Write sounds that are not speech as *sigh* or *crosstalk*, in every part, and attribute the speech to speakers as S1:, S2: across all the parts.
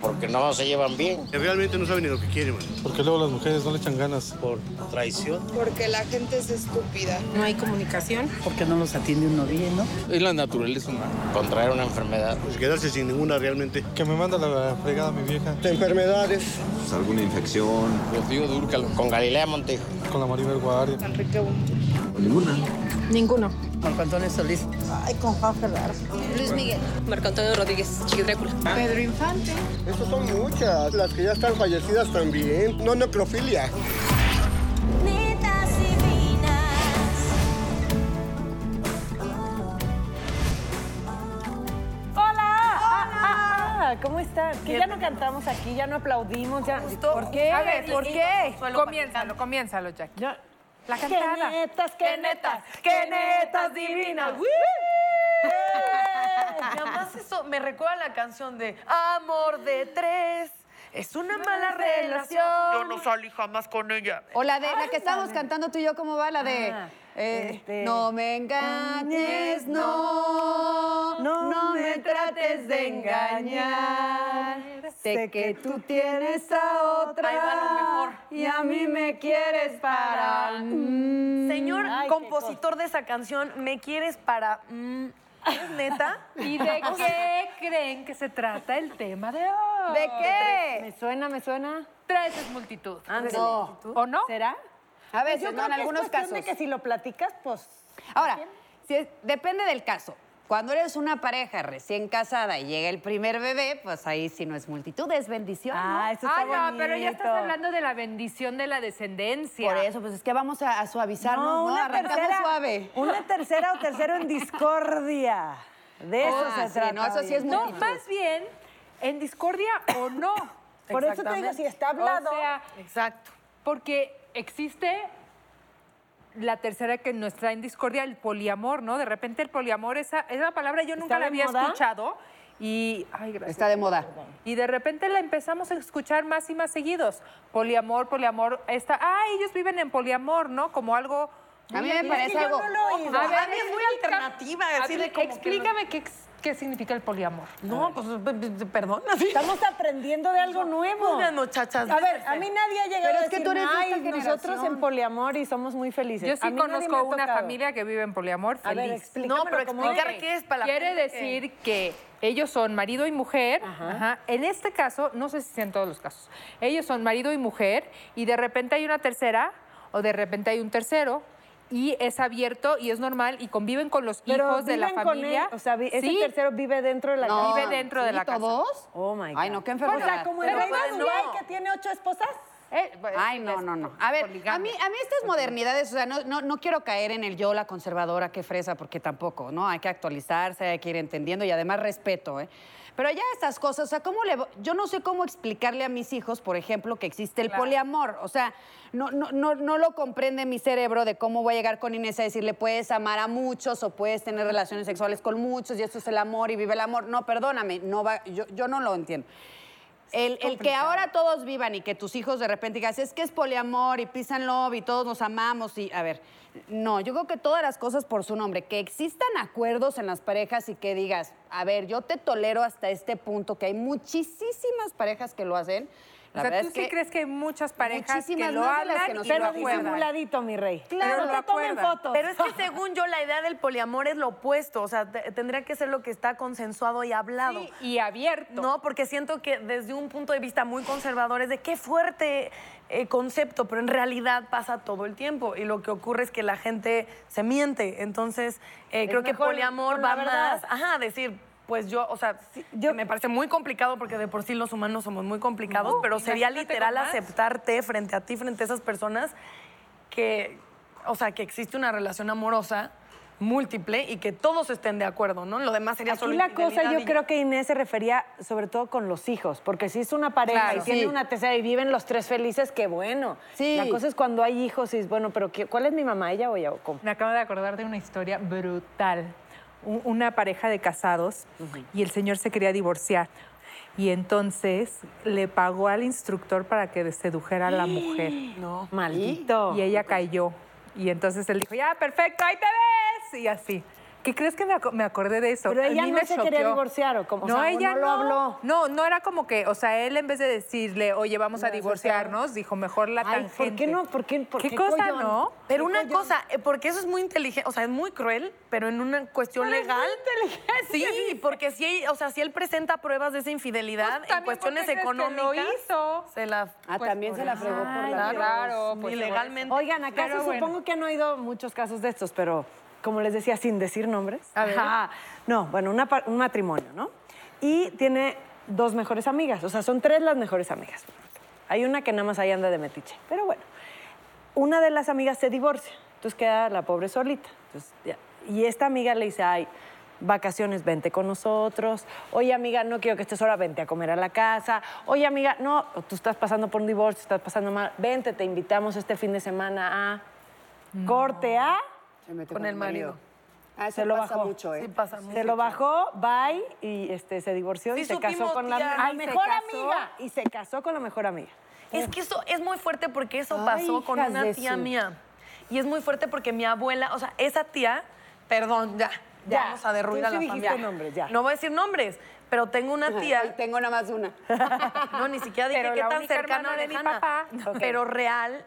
S1: porque no se llevan bien.
S2: Realmente no saben ni lo que quieren, man.
S3: Porque luego las mujeres no le echan ganas.
S4: Por traición.
S5: Porque la gente es estúpida.
S6: No hay comunicación.
S7: Porque no los atiende uno bien, ¿no?
S8: Es la naturaleza humana.
S1: Contraer una enfermedad.
S2: Pues quedarse sin ninguna realmente.
S3: Que me manda la fregada mi vieja.
S9: De enfermedades.
S10: Pues alguna infección.
S1: Contigo Dúrcalo. Con Galilea Montijo.
S3: Con la Maribel Guardia.
S5: Enrique
S10: Ninguna.
S6: Ninguno.
S7: Marco Antonio Solís.
S5: Ay, con Juan Ferraro.
S11: Luis Miguel.
S12: Marco Antonio Rodríguez, Chiqui
S13: ¿Ah? Pedro Infante.
S9: Esas son muchas. Las que ya están fallecidas también. No necrofilia.
S14: ¿Cómo están? Que ya no cantamos aquí, ya no aplaudimos, ya.
S13: ¿Por qué? A ver, ¿por qué? Comiénzalo, comiénzalo, Jackie.
S14: Ya.
S13: La cantada.
S14: ¡Qué netas, qué netas, qué netas *laughs* divinas!
S12: Y además eso me recuerda a la canción de Amor de tres. Es una mala relación.
S15: Yo no salí jamás con ella.
S13: O la de la que estábamos cantando tú y yo, ¿cómo va? La de. Ah, eh, este... No me engañes, no. No, no me trates de engañar. Sé que tú tienes a otra. Ay, bueno, mejor. Y a mí me quieres para. Mm.
S12: Señor Ay, compositor de esa canción, me quieres para. Mm.
S13: *laughs*
S12: ¿Es neta?
S14: ¿Y de
S12: *laughs*
S14: qué creen que se trata el tema de hoy?
S13: ¿De qué?
S14: Me suena, me suena.
S12: Tres es multitud.
S14: Antes no.
S12: ¿O Ah, no? Pues
S14: ¿Será?
S13: A veces, Yo no, creo en
S14: que
S13: algunos
S14: es cuestión
S13: casos.
S14: de que si lo platicas, pues.
S5: Ahora, si es, depende del caso. Cuando eres una pareja recién casada y llega el primer bebé, pues ahí sí no es multitud, es bendición.
S14: Ah,
S5: ¿no?
S14: eso está
S12: Ah, no,
S14: bonito.
S12: pero ya estás hablando de la bendición de la descendencia.
S5: Por eso, pues es que vamos a, a suavizarnos, ¿no?
S14: una
S5: Arrancamos
S14: tercera,
S5: suave.
S14: Una tercera o tercero en discordia. De eso
S5: Ah,
S14: se
S5: sí,
S14: trata.
S5: no, eso sí
S14: hoy.
S5: es
S12: No,
S5: multitud.
S12: más bien, en discordia o no.
S14: *coughs* Por eso te digo, si está hablado.
S12: O sea,
S13: Exacto.
S12: porque existe la tercera que no está en discordia, el poliamor, ¿no? De repente el poliamor, esa, esa palabra yo nunca
S14: ¿Está
S12: la
S14: de
S12: había
S14: moda?
S12: escuchado. Y, ay, gracias.
S5: Está de moda.
S12: Y de repente la empezamos a escuchar más y más seguidos. Poliamor, poliamor, esta, ah, ellos viven en poliamor, ¿no? Como algo...
S5: A mí me parece
S14: yo
S5: algo.
S14: no lo oigo.
S12: A ver,
S14: A mí es muy
S12: explica-
S14: alternativa,
S12: a
S14: así
S12: ver,
S14: de como que-
S12: Explícame qué, ex- qué significa el poliamor.
S15: No, pues p- p- perdón.
S14: Estamos aprendiendo de algo nuevo.
S15: Unas muchachas.
S14: A ver, a mí nadie ha llegado
S5: Pero
S14: a
S5: es que
S14: decir,
S5: tú eres de
S14: "Ay,
S5: esta
S14: nosotros
S5: generación".
S14: en poliamor y somos muy felices.
S12: Yo
S14: A
S12: sí
S14: mí nadie me
S12: conozco
S14: ha
S12: una
S14: tocado.
S12: familia que vive en poliamor
S14: A
S12: feliz.
S14: ver, explícamelo
S15: No, pero
S14: cómo
S15: explica-
S14: es.
S15: ¿Qué es para la
S12: Quiere
S15: gente que-
S12: decir que ellos son marido y mujer. ajá. En este caso, no sé si sea en todos los casos, ellos son marido y mujer y de repente hay una tercera o de repente hay un tercero. Y es abierto y es normal y conviven con los
S14: Pero
S12: hijos de la
S14: viven con él,
S12: familia.
S14: o sea, vi- ese
S12: Sí,
S14: tercero vive dentro de la
S5: No,
S14: casa.
S12: vive dentro de
S5: ¿sí,
S12: la casa.
S5: ¿Todos?
S14: Oh my God.
S5: Ay, no, qué
S14: O sea,
S5: enfermedad.
S14: como el
S12: Pero
S14: rey de
S12: bueno,
S14: Dubái
S12: no.
S14: que tiene ocho esposas.
S12: Eh, pues,
S5: Ay,
S12: es-
S5: no, no, no. A ver, a mí,
S12: poligamia.
S5: a mí estas modernidades, o sea, no, no, no quiero caer en el yo, la conservadora, que fresa, porque tampoco, ¿no? Hay que actualizarse, hay que ir entendiendo y además respeto, ¿eh? Pero ya estas cosas, o sea, ¿cómo le... vo- Yo no sé cómo explicarle a mis hijos, por ejemplo, que existe el poliamor. O sea, no, no, no, no lo comprende mi cerebro de cómo voy a llegar con Inés a decirle, puedes amar a muchos o puedes tener relaciones sexuales con muchos y esto es el amor y vive el amor. No, perdóname, no va, yo, yo no lo entiendo. El, el que ahora todos vivan y que tus hijos de repente digas, es que es poliamor y pisan love y todos nos amamos y, a ver, no, yo creo que todas las cosas por su nombre, que existan acuerdos en las parejas y que digas, a ver, yo te tolero hasta este punto, que hay muchísimas parejas que lo hacen. La
S12: o sea,
S5: verdad
S12: tú
S5: es
S12: sí
S5: que
S12: crees que hay muchas parejas que
S5: muchísimas
S12: lo
S5: más de las
S12: hablan
S5: que nos
S12: y lo
S14: Pero
S5: acuerdan.
S12: acuerdan.
S14: disimuladito, mi rey.
S12: Pero
S14: Claro,
S12: lo
S14: no te tomen
S12: acuerdan.
S14: fotos.
S11: Pero es que según yo la idea del poliamor es lo opuesto, o sea, te- tendría que ser lo que está consensuado y hablado.
S12: Sí, y abierto.
S11: No, porque siento que desde un punto de vista muy conservador es de qué fuerte eh, concepto, pero en realidad pasa todo el tiempo y lo que ocurre es que la gente se miente. Entonces, eh,
S14: Es
S11: creo que
S14: mejor
S11: poliamor
S14: con la
S11: va
S14: verdad.
S11: más, ajá, a decir, pues yo, o sea, sí, que me parece muy complicado porque de por sí los humanos somos muy complicados,
S12: No,
S11: pero sería
S12: imagínate con
S11: literal
S12: más.
S11: aceptarte frente a ti, frente a esas personas que, o sea, que existe una relación amorosa múltiple y que todos estén de acuerdo, ¿no? Lo demás sería
S14: Aquí
S11: solo
S14: la cosa,
S11: infidelidad y
S14: yo
S11: ya.
S14: creo que Inés se refería sobre todo con los hijos, porque si es una pareja
S12: Claro.
S14: y tiene
S5: Sí.
S14: una tercera y viven los tres felices, qué bueno.
S5: Sí.
S14: La cosa es cuando hay hijos y es, bueno, pero qué- ¿cuál es mi mamá, ella o ella? o cómo?
S12: Me acabo de acordar de una historia brutal. U- Una pareja de casados y el señor se quería divorciar. Y entonces le pagó al instructor para que sedujera a la mujer.
S14: *gasps* No. Maldito.
S12: Y ella cayó. Y entonces él dijo, ya, perfecto, ahí te ves. Y así.
S16: ¿Qué crees que me, aco- me acordé de eso?
S14: Pero
S16: A
S14: ella
S16: mí
S14: no
S16: me
S14: se quería
S16: choqueó.
S14: divorciar, ¿o cómo? O
S16: No,
S14: sea, ¿o
S16: ella
S14: no
S16: no
S14: lo habló?
S16: No, no era como que, o sea, él en vez de decirle, oye, vamos a
S14: No, se
S16: divorciarnos, dijo mejor la
S14: Ay,
S16: tangente.
S14: ¿por qué no? ¿Por qué? por
S16: ¿Qué cosa,
S14: collón?
S16: no?
S12: Pero
S14: ¿Qué
S12: una
S14: collón?
S12: cosa, eh, porque eso es muy inteligente, o sea, es muy cruel, pero en una cuestión
S14: Pero es muy
S12: legal.
S14: inteligente,
S12: Sí, porque si, él- o sea, si él presenta pruebas de esa infidelidad
S16: Pues,
S12: en
S16: también, ¿por qué
S12: cuestiones
S16: crees que lo
S12: económicas,
S16: hizo?
S12: se la pues,
S14: Ah, también se la fregó por la
S12: Ay,
S14: vida.
S16: Claro, pues,
S12: ilegalmente.
S14: Oigan, acá
S16: Pero
S14: sí
S16: bueno.
S14: supongo que han oído muchos casos de estos, pero como les decía, sin decir nombres.
S16: A ver.
S14: Ajá. No, bueno, una pa- un matrimonio, ¿no? Y tiene dos mejores amigas, o sea, son tres las mejores amigas. Hay una que nada más ahí anda de metiche, pero bueno. Una de las amigas se divorcia, entonces queda la pobre solita. Entonces, ya. Y esta amiga le dice, ay, vacaciones, vente con nosotros. Oye, amiga, no quiero que estés sola, vente a comer a la casa. Oye, amiga, no, tú estás pasando por un divorcio, estás pasando mal, vente, te invitamos este fin de semana a...
S12: Mm.
S14: Corte A,
S12: con el marido.
S5: Ah,
S14: se lo bajó.
S5: ¿eh?
S12: Sí, pasa mucho. ¿eh?
S14: Se lo bajó, bye, y este, se divorció y
S12: Sí,
S14: se casó
S12: supimos,
S14: con la
S12: tía.
S14: la
S12: Ay, se
S14: mejor
S12: casó.
S14: amiga. Y se casó con la mejor amiga.
S12: Es que eso es muy fuerte porque eso
S14: Ay,
S12: pasó con
S14: hijas
S12: una
S14: de
S12: tía
S14: su-
S12: mía. Y es muy fuerte porque mi abuela, o sea, esa tía, perdón, ya, ya
S14: Ya,
S12: vamos a derruir
S14: tú
S12: a la
S14: sí dijiste
S12: familia.
S14: nombres, ya.
S12: No voy a decir nombres, pero tengo
S14: *laughs*
S12: una
S5: *laughs*
S12: tía,
S5: Tengo nada más una.
S12: *laughs* no, ni siquiera dije
S16: Pero
S12: qué
S16: la
S12: tan
S16: única
S12: cercana o
S16: hermana de mi
S12: lejana,
S16: papá.
S12: pero real.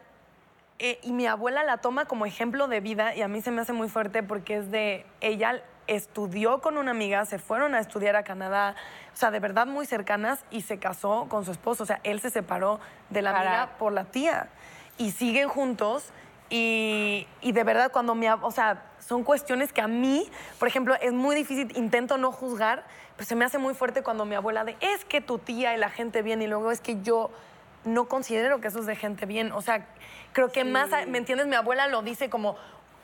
S12: eh, y mi abuela la toma como ejemplo de vida y a mí se me hace muy fuerte porque es de, ella estudió con una amiga, se fueron a estudiar a Canadá, o sea, de verdad muy cercanas y se casó con su esposo, o sea, él se separó de la
S16: Para-
S12: amiga por la tía y siguen juntos y, y de verdad cuando me, ha- o sea, son cuestiones que a mí, por ejemplo, es muy difícil, intento no juzgar, pero se me hace muy fuerte cuando mi abuela de, es que tu tía y la gente bien y luego es que yo no considero que eso es de gente bien, o sea, creo que más, a- ¿me entiendes? Mi abuela lo dice como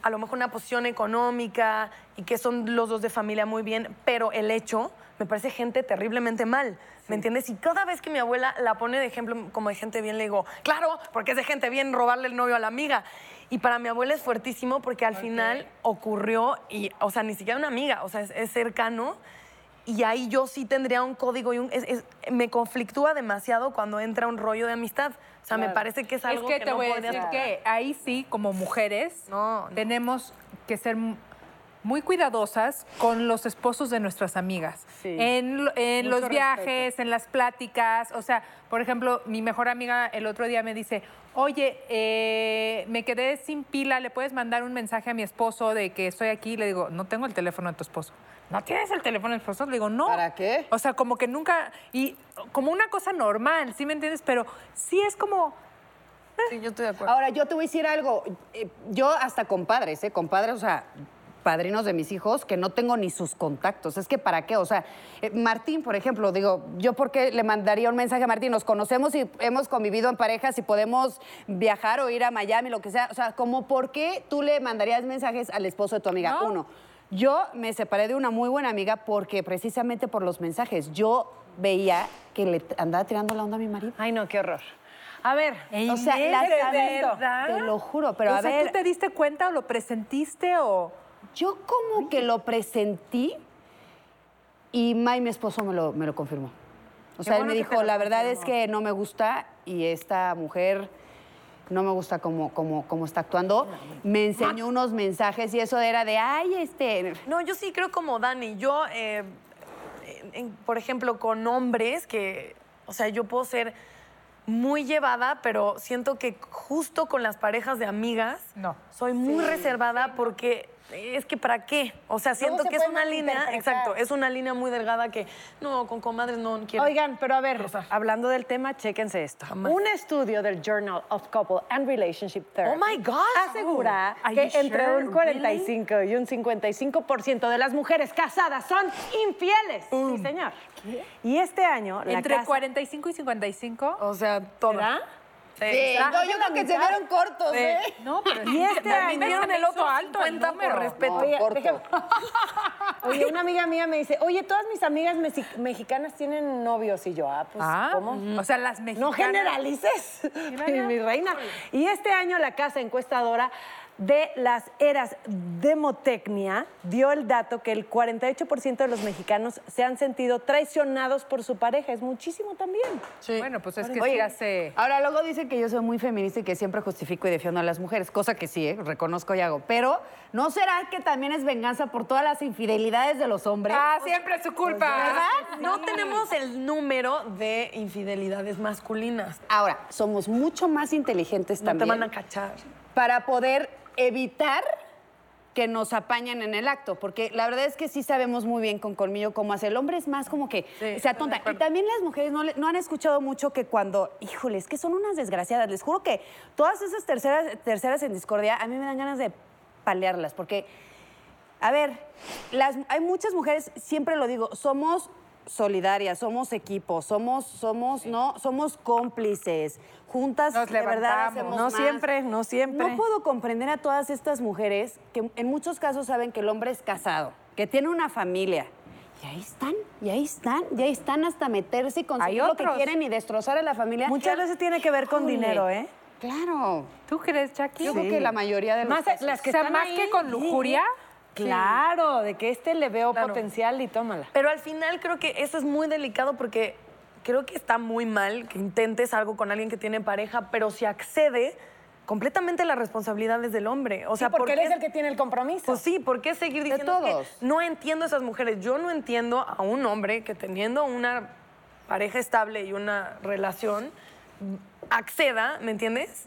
S12: a lo mejor una posición económica y que son los dos de familia muy bien, pero el hecho me parece gente terriblemente mal, ¿me entiendes? Y cada vez que mi abuela la pone de ejemplo como de gente bien, le digo, claro, porque es de gente bien robarle el novio a la amiga. Y para mi abuela es fuertísimo porque al final ocurrió, y, o sea, ni siquiera una amiga, o sea, es, es cercano. Y ahí yo sí tendría un código y un, es- es- me conflictúa demasiado cuando entra un rollo de amistad. O sea, me parece que es
S16: Es
S12: algo
S16: que,
S12: que
S16: te
S12: no
S16: voy a
S12: podría
S16: decir
S12: tolerar.
S16: que ahí sí, como mujeres,
S12: No, no.
S16: tenemos que ser mu- muy cuidadosas con los esposos de nuestras amigas.
S14: Sí.
S16: En, lo- en
S14: Mucho
S16: los viajes, en las pláticas. O sea, por ejemplo, mi mejor amiga el otro día me dice, oye, eh, me quedé sin pila, ¿le puedes mandar un mensaje a mi esposo de que estoy aquí? Le digo, no tengo el teléfono de tu esposo. ¿No tienes el teléfono de tu esposo? Le digo, no.
S17: ¿Para qué?
S16: O sea, como que nunca... Y como una cosa normal, ¿sí me entiendes? Pero sí es como... eh.
S12: Sí, yo estoy de acuerdo.
S5: Ahora, yo te voy a decir algo. Eh, Yo hasta compadres, ¿eh? Compadres, o sea, padrinos de mis hijos que no tengo ni sus contactos. Es que para qué, o sea, eh, Martín, por ejemplo, digo, yo porque le mandaría un mensaje a Martín, nos conocemos y hemos convivido en parejas y podemos viajar o ir a Miami, lo que sea. O sea, como por qué tú le mandarías mensajes al esposo de tu amiga.
S16: No.
S5: Uno, yo me separé de una muy buena amiga porque precisamente por los mensajes. Yo veía que le andaba tirando la onda a mi marido.
S14: Ay, no, qué horror. A ver,
S5: O sea, las
S16: ¿de
S5: admito,
S16: verdad?
S5: te lo juro, pero
S16: o
S5: a
S16: sea,
S5: ver,
S16: ¿tú te diste cuenta o lo presentiste o...?
S5: yo como que lo presentí y May, mi esposo, me lo, me lo confirmó. O sea, él
S16: bueno
S5: me
S16: que te
S5: dijo,
S16: lo
S5: la verdad es
S16: confirmó".
S5: que no me gusta y esta mujer no me gusta cómo, cómo, cómo está actuando. Me enseñó unos mensajes y eso era de, ay, este...
S12: No, yo sí creo como Dani. Yo, eh, en- en- por ejemplo, con hombres que, o sea, yo puedo ser muy llevada, pero siento que justo con las parejas de amigas,
S16: No.
S12: soy muy reservada porque eh, es que para qué. O sea, siento
S14: se
S12: que es
S14: puede
S12: una línea,
S14: malinterpretar.
S12: exacto, es una línea muy delgada que, no, con comadres no quiero.
S14: Oigan, pero a ver,
S12: Rosa.
S14: hablando del tema, chéquense esto.
S12: Jamás.
S14: Un estudio del Journal of Couple and Relationship Therapy
S12: Oh, my God.
S14: asegura
S12: Oh, are
S14: que
S12: you
S14: entre
S12: sure?
S14: un 45 y un 55% de las mujeres casadas son infieles.
S12: Mm.
S14: Sí, señor. Y este año la
S16: ¿Entre
S14: casa-
S16: 45 y 55?
S12: O sea, todo.
S14: ¿Será?
S12: Sí.
S5: No, yo creo que se vieron cortos,
S12: Sí.
S5: ¿eh?
S16: No, pero...
S14: Y este
S16: También
S14: año-
S16: dieron el otro alto, el
S12: 50 por
S16: número.
S12: respeto.
S5: No,
S14: Oye,
S5: corto.
S14: déjame- *laughs* Oye, una amiga mía me dice, oye, todas mis amigas mexi- mexicanas tienen novios. Y yo, ah, pues,
S16: Ah,
S14: ¿cómo?
S12: mm.
S16: ujú. o sea, las mexicanas.
S14: No generalices, *laughs*
S16: Mira ya.
S14: mi reina. Y este año la casa encuestadora de las eras Demotecnia dio el dato que el 48% de los mexicanos se han sentido traicionados por su pareja. Es muchísimo también.
S18: Bueno, pues es
S5: Ahora,
S18: que
S5: oye,
S18: sí hace...
S5: Ahora, luego dicen que yo soy muy feminista y que siempre justifico y defiendo a las mujeres, cosa que sí, ¿eh? reconozco y hago. Pero, ¿no será que también es venganza por todas las infidelidades de los hombres?
S18: Ah, siempre es su culpa.
S12: Pues,
S5: ¿Verdad?
S12: No tenemos el número de infidelidades masculinas.
S5: Ahora, somos mucho más inteligentes
S12: No te
S5: también.
S12: van a cachar.
S5: para poder evitar que nos apañen en el acto, porque la verdad es que sí sabemos muy bien con colmillo cómo hacer. El hombre es más como que se atonta. Y también las mujeres no, le- no han escuchado mucho que cuando, híjole, es que son unas desgraciadas. Les juro que todas esas terceras, terceras en discordia a mí me dan ganas de palearlas, porque a ver, las, hay muchas mujeres, siempre lo digo, somos solidarias, somos equipo, somos, somos, no, somos cómplices. Juntas,
S18: Nos
S5: de verdad,
S18: levantamos.
S5: hacemos
S18: No
S5: más.
S18: siempre, no siempre.
S5: No puedo comprender a todas estas mujeres que en muchos casos saben que el hombre es casado, que tiene una familia. Y ahí están, y ahí están, y ahí están hasta meterse y conseguir
S18: Hay
S5: lo que
S18: otros.
S5: quieren y destrozar a la familia.
S14: Muchas veces tiene que ver con
S5: Híjole.
S14: dinero, ¿eh?
S5: Claro.
S18: ¿Tú crees, Jackie?
S5: Yo creo que la mayoría de los
S14: Más
S5: casos.
S14: las que
S18: O sea,
S14: están
S18: más
S14: ahí,
S18: que con
S14: sí.
S18: lujuria.
S14: Claro, de que este le veo
S12: Claro.
S14: potencial y tómala.
S12: Pero al final creo que eso es muy delicado porque creo que está muy mal que intentes algo con alguien que tiene pareja, pero si accede, completamente la responsabilidad es del hombre. O sea, ¿por qué-
S14: tiene el compromiso.
S12: Pues sí, ¿por qué seguir diciendo que
S5: todos.
S12: no entiendo a esas mujeres? Yo no entiendo a un hombre que teniendo una pareja estable y una relación acceda, ¿me entiendes?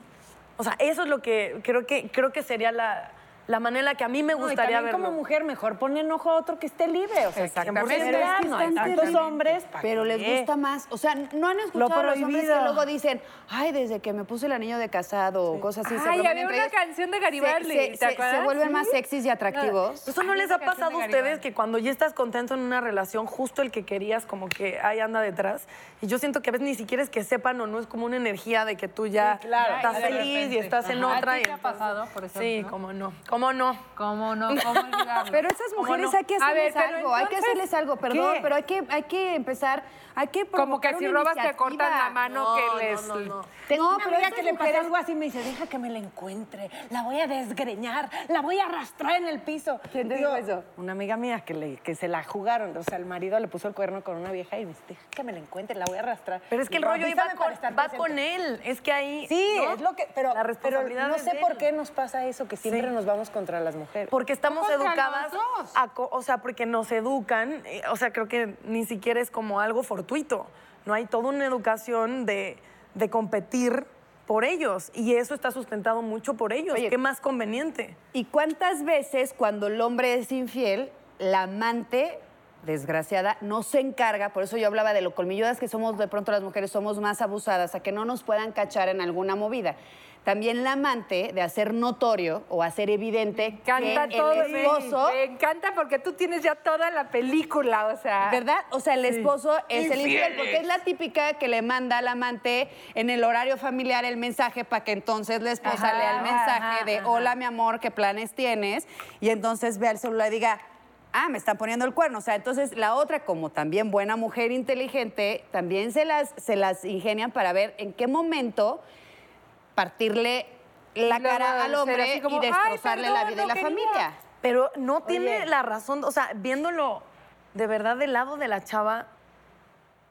S12: O sea, eso es lo que creo que creo que sería la, la manera en la que a mí me
S14: No, y
S12: gustaría
S14: también
S12: verlo.
S14: como mujer, mejor pon en ojo a otro que esté libre. O sea,
S18: Exactamente.
S14: que 100%
S18: Pero es
S14: legal,
S18: que
S14: no hay
S5: están
S14: tantos
S5: terrible.
S14: hombres. ¿pa'
S5: Pero les
S14: qué?
S5: gusta más. O sea, no han escuchado a los hombres que
S14: prohibido.
S5: luego dicen, ay, desde que me puse el anillo de casado o cosas así. se
S18: Ay,
S5: bromean
S18: había
S5: entre
S18: una
S5: ellos.
S18: canción de
S5: Se-
S18: Garibaldi,
S5: Se,
S18: ¿te
S5: se- se
S18: acuerdas?
S5: vuelven
S18: Sí.
S5: más sexys y atractivos.
S12: Pues ¿Eso no
S18: Ay,
S12: les
S18: esa
S12: ha
S18: canción de
S12: pasado a
S18: Garibaldi.
S12: ustedes que cuando ya estás contento en una relación, justo el que querías como que ahí anda detrás? Y yo siento que a veces ni siquiera es que sepan o no, es como una energía de que tú ya estás
S18: Y de
S12: feliz y
S18: repente.
S12: estás en
S18: Ajá. ¿A
S12: otra.
S18: ti
S12: y
S18: te ha pasado, por
S12: Sí,
S18: ejemplo?
S12: cómo no. ¿Cómo no?
S18: ¿Cómo
S14: *laughs*
S18: no? ¿Cómo olvidarlo?
S5: Pero esas
S12: ¿Cómo
S5: mujeres
S12: no?
S5: hay que
S18: A ver,
S5: hacerles
S18: pero
S5: algo, hay que
S18: entonces,
S5: hacerles algo, perdón,
S18: ¿qué?
S5: pero hay que, hay que empezar, hay que
S18: Como que
S5: provocar
S18: si
S5: una
S18: robas te
S5: iniciativa.
S18: cortan la mano
S12: No,
S18: que les...
S12: no, no, no.
S14: Tengo
S5: No,
S14: una
S5: pero
S14: amiga
S5: estas
S14: que le
S5: mujeres-
S14: pasa algo así me dice, deja que me la encuentre, la voy a desgreñar, la voy a arrastrar en el piso.
S5: ¿Quién te
S14: Digo,
S5: dijo eso?
S14: Una amiga mía que, le, que se la jugaron, o sea, el marido le puso el cuerno con una vieja y me dice, deja que me la encuentre, la voy a arrastrar.
S12: Pero es que el
S14: Digo,
S12: rollo ahí va
S14: avísame para
S12: con,
S14: estar
S12: va
S14: presente.
S12: con él. Es que ahí.
S14: Sí,
S12: ¿no?
S14: es lo que, pero,
S12: La
S14: pero
S12: responsabilidad
S14: no
S12: es
S14: sé
S12: de
S14: por
S12: él.
S14: qué nos pasa eso, que siempre nos vamos contra las mujeres.
S12: Porque estamos
S18: Contra
S12: educadas,
S18: los dos.
S12: a co- o sea, porque nos educan, eh, o sea, creo que ni siquiera es como algo fortuito, no hay toda una educación de, de competir por ellos y eso está sustentado mucho por ellos,
S5: Oye.
S12: qué más conveniente.
S5: ¿Y cuántas veces cuando el hombre es infiel, la amante, desgraciada, no se encarga? Por eso yo hablaba de lo colmilludas que somos de pronto las mujeres, somos más abusadas, a que no nos puedan cachar en alguna movida. También la amante de hacer notorio o hacer evidente que
S18: encanta todo.
S5: el esposo,
S18: Me encanta porque tú tienes ya toda la película, o sea.
S5: ¿verdad? O sea, el esposo es el infiel, porque es la típica que le manda al amante en el horario familiar el mensaje para que entonces la esposa
S18: Ajá,
S5: lea el mensaje
S18: ajá,
S5: de
S18: ajá.
S5: hola mi amor, ¿qué planes tienes? Y entonces ve al celular y diga, ah, me están poniendo el cuerno. O sea, entonces la otra, como también buena mujer inteligente, también se las, se las ingenian para ver en qué momento partirle la
S18: Luego
S5: cara al
S18: ser
S5: hombre
S18: así como,
S5: y
S18: "Ay,
S5: destrozarle la
S18: perdón,
S5: vida y
S18: no
S5: la
S18: quería".
S5: familia.
S12: Pero no tiene la razón, o sea, viéndolo de verdad del lado de la chava,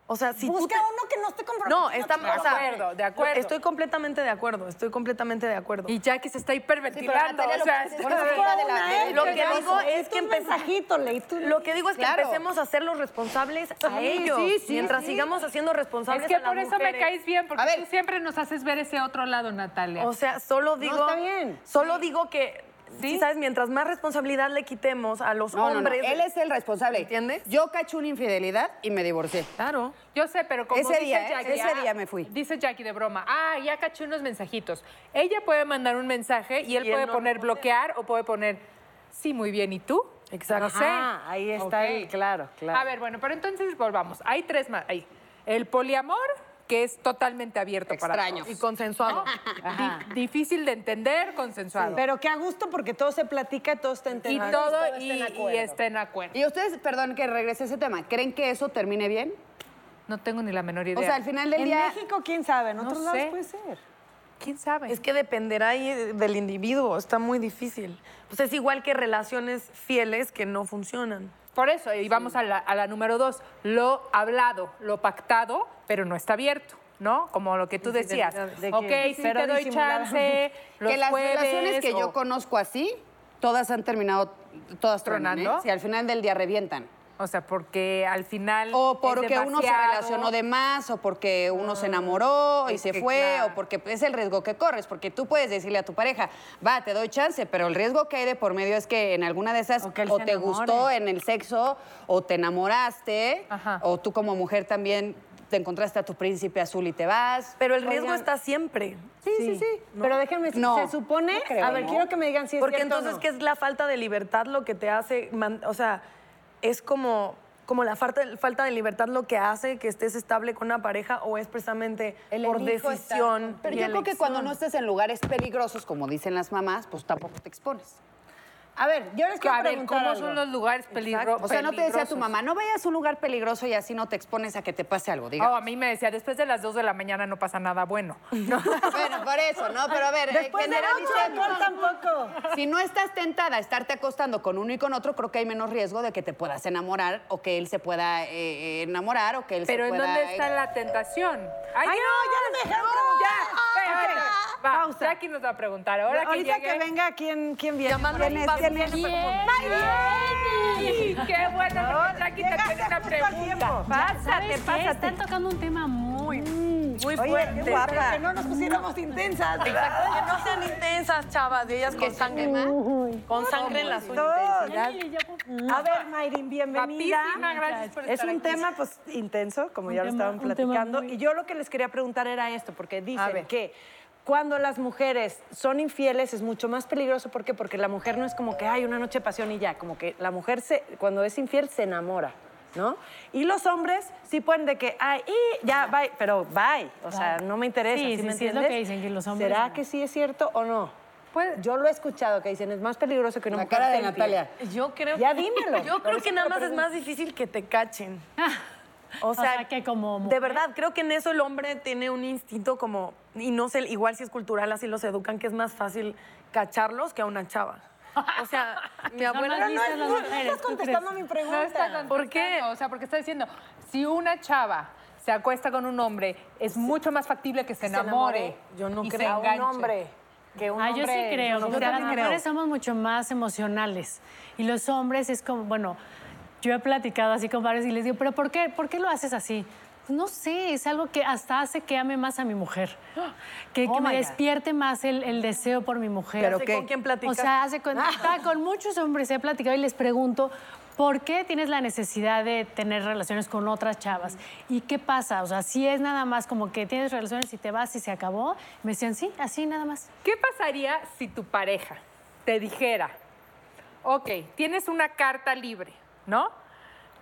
S12: o sea, si tú
S14: Busca
S12: te-
S14: uno que no esté comprometido.
S12: No, está,
S14: chica.
S12: o sea,
S18: De acuerdo, de acuerdo.
S12: Estoy completamente de acuerdo, estoy completamente de acuerdo.
S18: Y Jackie se está hiperventilando.
S5: Natalia, lo
S18: o sea,
S5: que dices,
S18: está-
S5: por eso fuera de la-
S14: Una,
S5: de la-
S14: ¿eh?
S12: Lo que
S14: Pedazo.
S12: digo es
S14: Tú
S12: que
S14: un
S12: empecé-
S14: mensajito, leí tú.
S12: Lo que digo es que
S5: Claro.
S12: empecemos a hacerlos responsables a
S18: Sí,
S12: ellos.
S18: sí, sí,
S12: mientras
S18: sí.
S12: sigamos haciendo responsables
S18: es que
S12: a ¿eh? las
S18: por eso me
S12: mujeres.
S18: caes bien, porque
S5: A ver.
S18: tú siempre nos haces ver ese otro lado, Natalia.
S12: O sea, solo digo.
S14: está bien.
S12: Solo digo que,
S18: Sí.
S12: ¿sabes? Mientras más responsabilidad le quitemos a los
S5: No, no, no,
S12: hombres.
S5: él es el responsable.
S12: ¿Entiendes?
S5: Yo caché una infidelidad y me divorcié.
S12: Claro.
S18: Yo sé, pero como
S5: Ese
S18: dice
S5: día, ¿eh?
S18: Jackie,
S5: Ese
S18: ah,
S5: día me fui.
S18: Dice Jackie de broma, ah, ya caché unos mensajitos. Ella puede mandar un mensaje y él
S12: Y él
S18: puede
S12: no
S18: poner
S12: responde.
S18: bloquear o puede poner, sí, muy bien, ¿y tú?
S12: Exacto.
S18: No sé.
S14: Ah, ahí está
S18: Ok.
S14: él, claro, claro.
S18: A ver, bueno, pero entonces volvamos. Hay tres más. Ahí. El poliamor, que es totalmente abierto para
S5: Extraño.
S18: todos. Y consensuado.
S5: *laughs*
S18: Di- difícil de entender, consensuado.
S14: Pero qué a gusto porque todo se platica, todo está
S18: y
S14: entendido.
S18: todo
S14: está
S18: y,
S14: en acuerdo.
S18: y está en acuerdo.
S5: Y ustedes, perdón que regrese a ese tema, ¿creen que eso termine bien?
S18: No tengo ni la menor idea.
S5: O sea, al final del
S14: En
S5: día.
S14: México, quién sabe, en
S18: No
S14: otros lados
S18: sé.
S14: puede ser.
S12: ¿Quién sabe?
S19: Es que dependerá ahí eh, del individuo, está muy difícil. Pues es igual que relaciones fieles que no funcionan.
S12: Por eso, y vamos a, la, a la número dos, lo hablado, lo pactado, pero no está abierto. ¿No? Como lo que tú
S14: Sí, sí, de-
S12: decías.
S14: de que-
S12: ok, sí
S14: pero
S12: te doy
S19: *laughs*
S14: disimulado.
S12: chance. Los
S5: que las
S12: jueves,
S5: relaciones que yo
S12: o-
S5: conozco así, todas han terminado, todas tronan,
S12: ¿Tronando?
S5: ¿eh? Sí, al final del día revientan.
S12: O sea, porque al final.
S5: O porque uno se
S12: demasiado.
S5: relacionó de más, o porque uno se enamoró y
S12: es
S5: se
S12: que
S5: fue,
S12: claro.
S5: o porque es el riesgo que corres, porque tú puedes decirle a tu pareja, va, te doy chance, pero el riesgo que hay de por medio es que en alguna de esas o,
S14: él se
S5: te
S14: enamore.
S5: gustó en el sexo, o te enamoraste, o tú como mujer también te encontraste a tu príncipe azul y te vas.
S19: Pero el riesgo
S5: Oigan,
S19: está siempre.
S14: Sí, sí, sí. Pero déjenme decir,
S5: No.
S14: se supone.
S5: No creo,
S14: a ver,
S5: ¿no?
S14: quiero que me digan si es
S19: Porque
S14: cierto o
S19: entonces,
S14: no.
S19: ¿qué es la falta de libertad lo que te hace? man- o sea, es como, como la falta, falta de libertad lo que hace que estés estable con una pareja o es precisamente por
S5: elijo estar-
S19: decisión.
S5: Pero
S19: y
S5: yo creo que cuando
S19: elección?
S5: no estés en lugares peligrosos, como dicen las mamás, pues tampoco te expones.
S14: A ver, yo les quiero
S12: A ver,
S14: preguntar
S12: ¿cómo
S14: algo.
S12: son los lugares peligro- peligrosos?
S5: O sea, no te decía tu mamá, no vayas a un lugar peligroso y así no te expones a que te pase algo,
S12: Oh,
S5: diga.
S12: a mí me decía, después de las 2 de la mañana no pasa nada
S14: *laughs*
S12: bueno. No.
S5: bueno, por eso, ¿no? Pero a ver, eh,
S14: Después de
S5: generalizando,
S14: ocho, no, tampoco.
S5: si no estás tentada a estarte acostando con uno y con otro, creo que hay menos riesgo de que te puedas enamorar o que él se pueda eh, eh, enamorar o que él
S12: Pero
S5: se
S12: ¿en
S5: pueda...
S12: dónde está
S5: eh,
S12: la tentación? Ay,
S14: no, ya me dejaron
S12: Ya,
S14: preguntar.
S12: espérate.
S14: Ok,
S12: Va,
S14: pausa.
S12: Jackie nos va a preguntar. Ahora que
S14: Ahorita
S12: llegue-
S14: que venga, ¿quién, quién viene?
S19: Llamando
S14: ¿Quién es?
S19: a un
S14: ¿Quién
S19: paso.
S14: es?
S19: Bien.
S12: ¡Ay, Jenny! ¡Qué bueno! porque Jackie te
S14: llegaste
S12: tiene
S14: justo
S12: una
S14: a
S12: pregunta.
S14: tiempo.
S3: ¿Sabes
S12: Pásate,
S3: qué?
S12: pásate. Mm,
S3: Están tocando un tema muy...
S19: Muy
S14: Oye,
S19: fuerte.
S14: qué guapa. Que no nos pusiéramos intensas.
S19: Exacto, que no
S3: *laughs*
S19: sean intensas, chavas, de ellas con sangre. Con sangre en las uñas.
S14: No, ya-
S3: Ay, ya, por favor.
S14: A ver, Mayrin, bienvenida.
S12: Guapísima, gracias por
S14: Es
S12: estar
S14: un
S12: aquí.
S14: tema pues intenso, como
S3: Un
S14: ya
S3: tema-
S14: lo estaban
S3: un tema
S14: platicando.
S3: muy-
S14: Y yo lo que les quería preguntar era esto, porque
S12: A
S14: dicen
S12: ver.
S14: que cuando las mujeres son infieles es mucho más peligroso. ¿Por qué? Porque la mujer no es como que hay una noche de pasión y ya. Como que la mujer se, cuando es infiel se enamora. ¿No? Y los hombres sí pueden de que, ay, y ya, bye, pero bye. O sea, no me interesa.
S3: Sí,
S14: ¿sí
S3: sí,
S14: me
S3: sí, es lo
S14: entiendes?
S3: que dicen, que los hombres
S14: ¿Será
S3: no.
S14: que sí es cierto o no?
S12: Pues-
S14: yo lo he escuchado que dicen, es más peligroso que una
S5: La
S14: mujer
S5: cara de
S14: sea infiel".
S5: Natalia.
S19: *laughs* Yo creo
S14: Ya
S19: *laughs*
S14: dímelo.
S19: Yo
S14: Por
S19: creo
S14: eso
S19: que
S14: te
S19: nada
S14: lo
S19: más es
S14: pregunto.
S19: más difícil que te cachen.
S3: *laughs* O sea, que como
S19: De
S3: mujer-
S19: verdad, creo que en eso el hombre tiene un instinto como, y no sé, igual si es cultural, así los educan, que es más fácil cacharlos que a una chava. O
S3: *laughs*
S19: sea,
S3: Pues
S19: mi abuela...
S3: más listas las
S19: no,
S3: mujeres,
S19: estás
S3: ¿tú
S19: contestando.
S14: contestando a mi
S12: No está
S14: pregunta.
S12: contestando,
S19: ¿Por qué?
S12: O sea, porque está diciendo, si una chava se acuesta con un hombre, es mucho más factible que se
S19: se enamore.
S12: enamore.
S19: Yo no
S12: y se
S19: creo. A un
S12: enganche.
S14: hombre. Que un
S3: Ah, yo sí
S14: hombre-
S3: creo.
S14: Yo
S3: porque las
S14: también creo.
S3: mujeres somos mucho más emocionales. Y los hombres es como, bueno, yo he platicado así con varios y les digo, ¿pero por qué, por qué lo haces así? Pues no sé, es algo que hasta hace que ame más a mi mujer. Que, que
S5: Oh, my
S3: me
S5: God.
S3: despierte más el, el deseo por mi mujer.
S19: ¿Pero ¿Con qué? quién platicas?
S3: O sea, hace con,
S14: *laughs*
S3: ah, con muchos hombres he platicado y les pregunto, ¿por qué tienes la necesidad de tener relaciones con otras chavas? ¿Y qué pasa? O sea, si es nada más como que tienes relaciones y te vas y se acabó, me decían, sí, así nada más.
S12: ¿Qué pasaría si tu pareja te dijera, ok, tienes una carta libre, ¿no?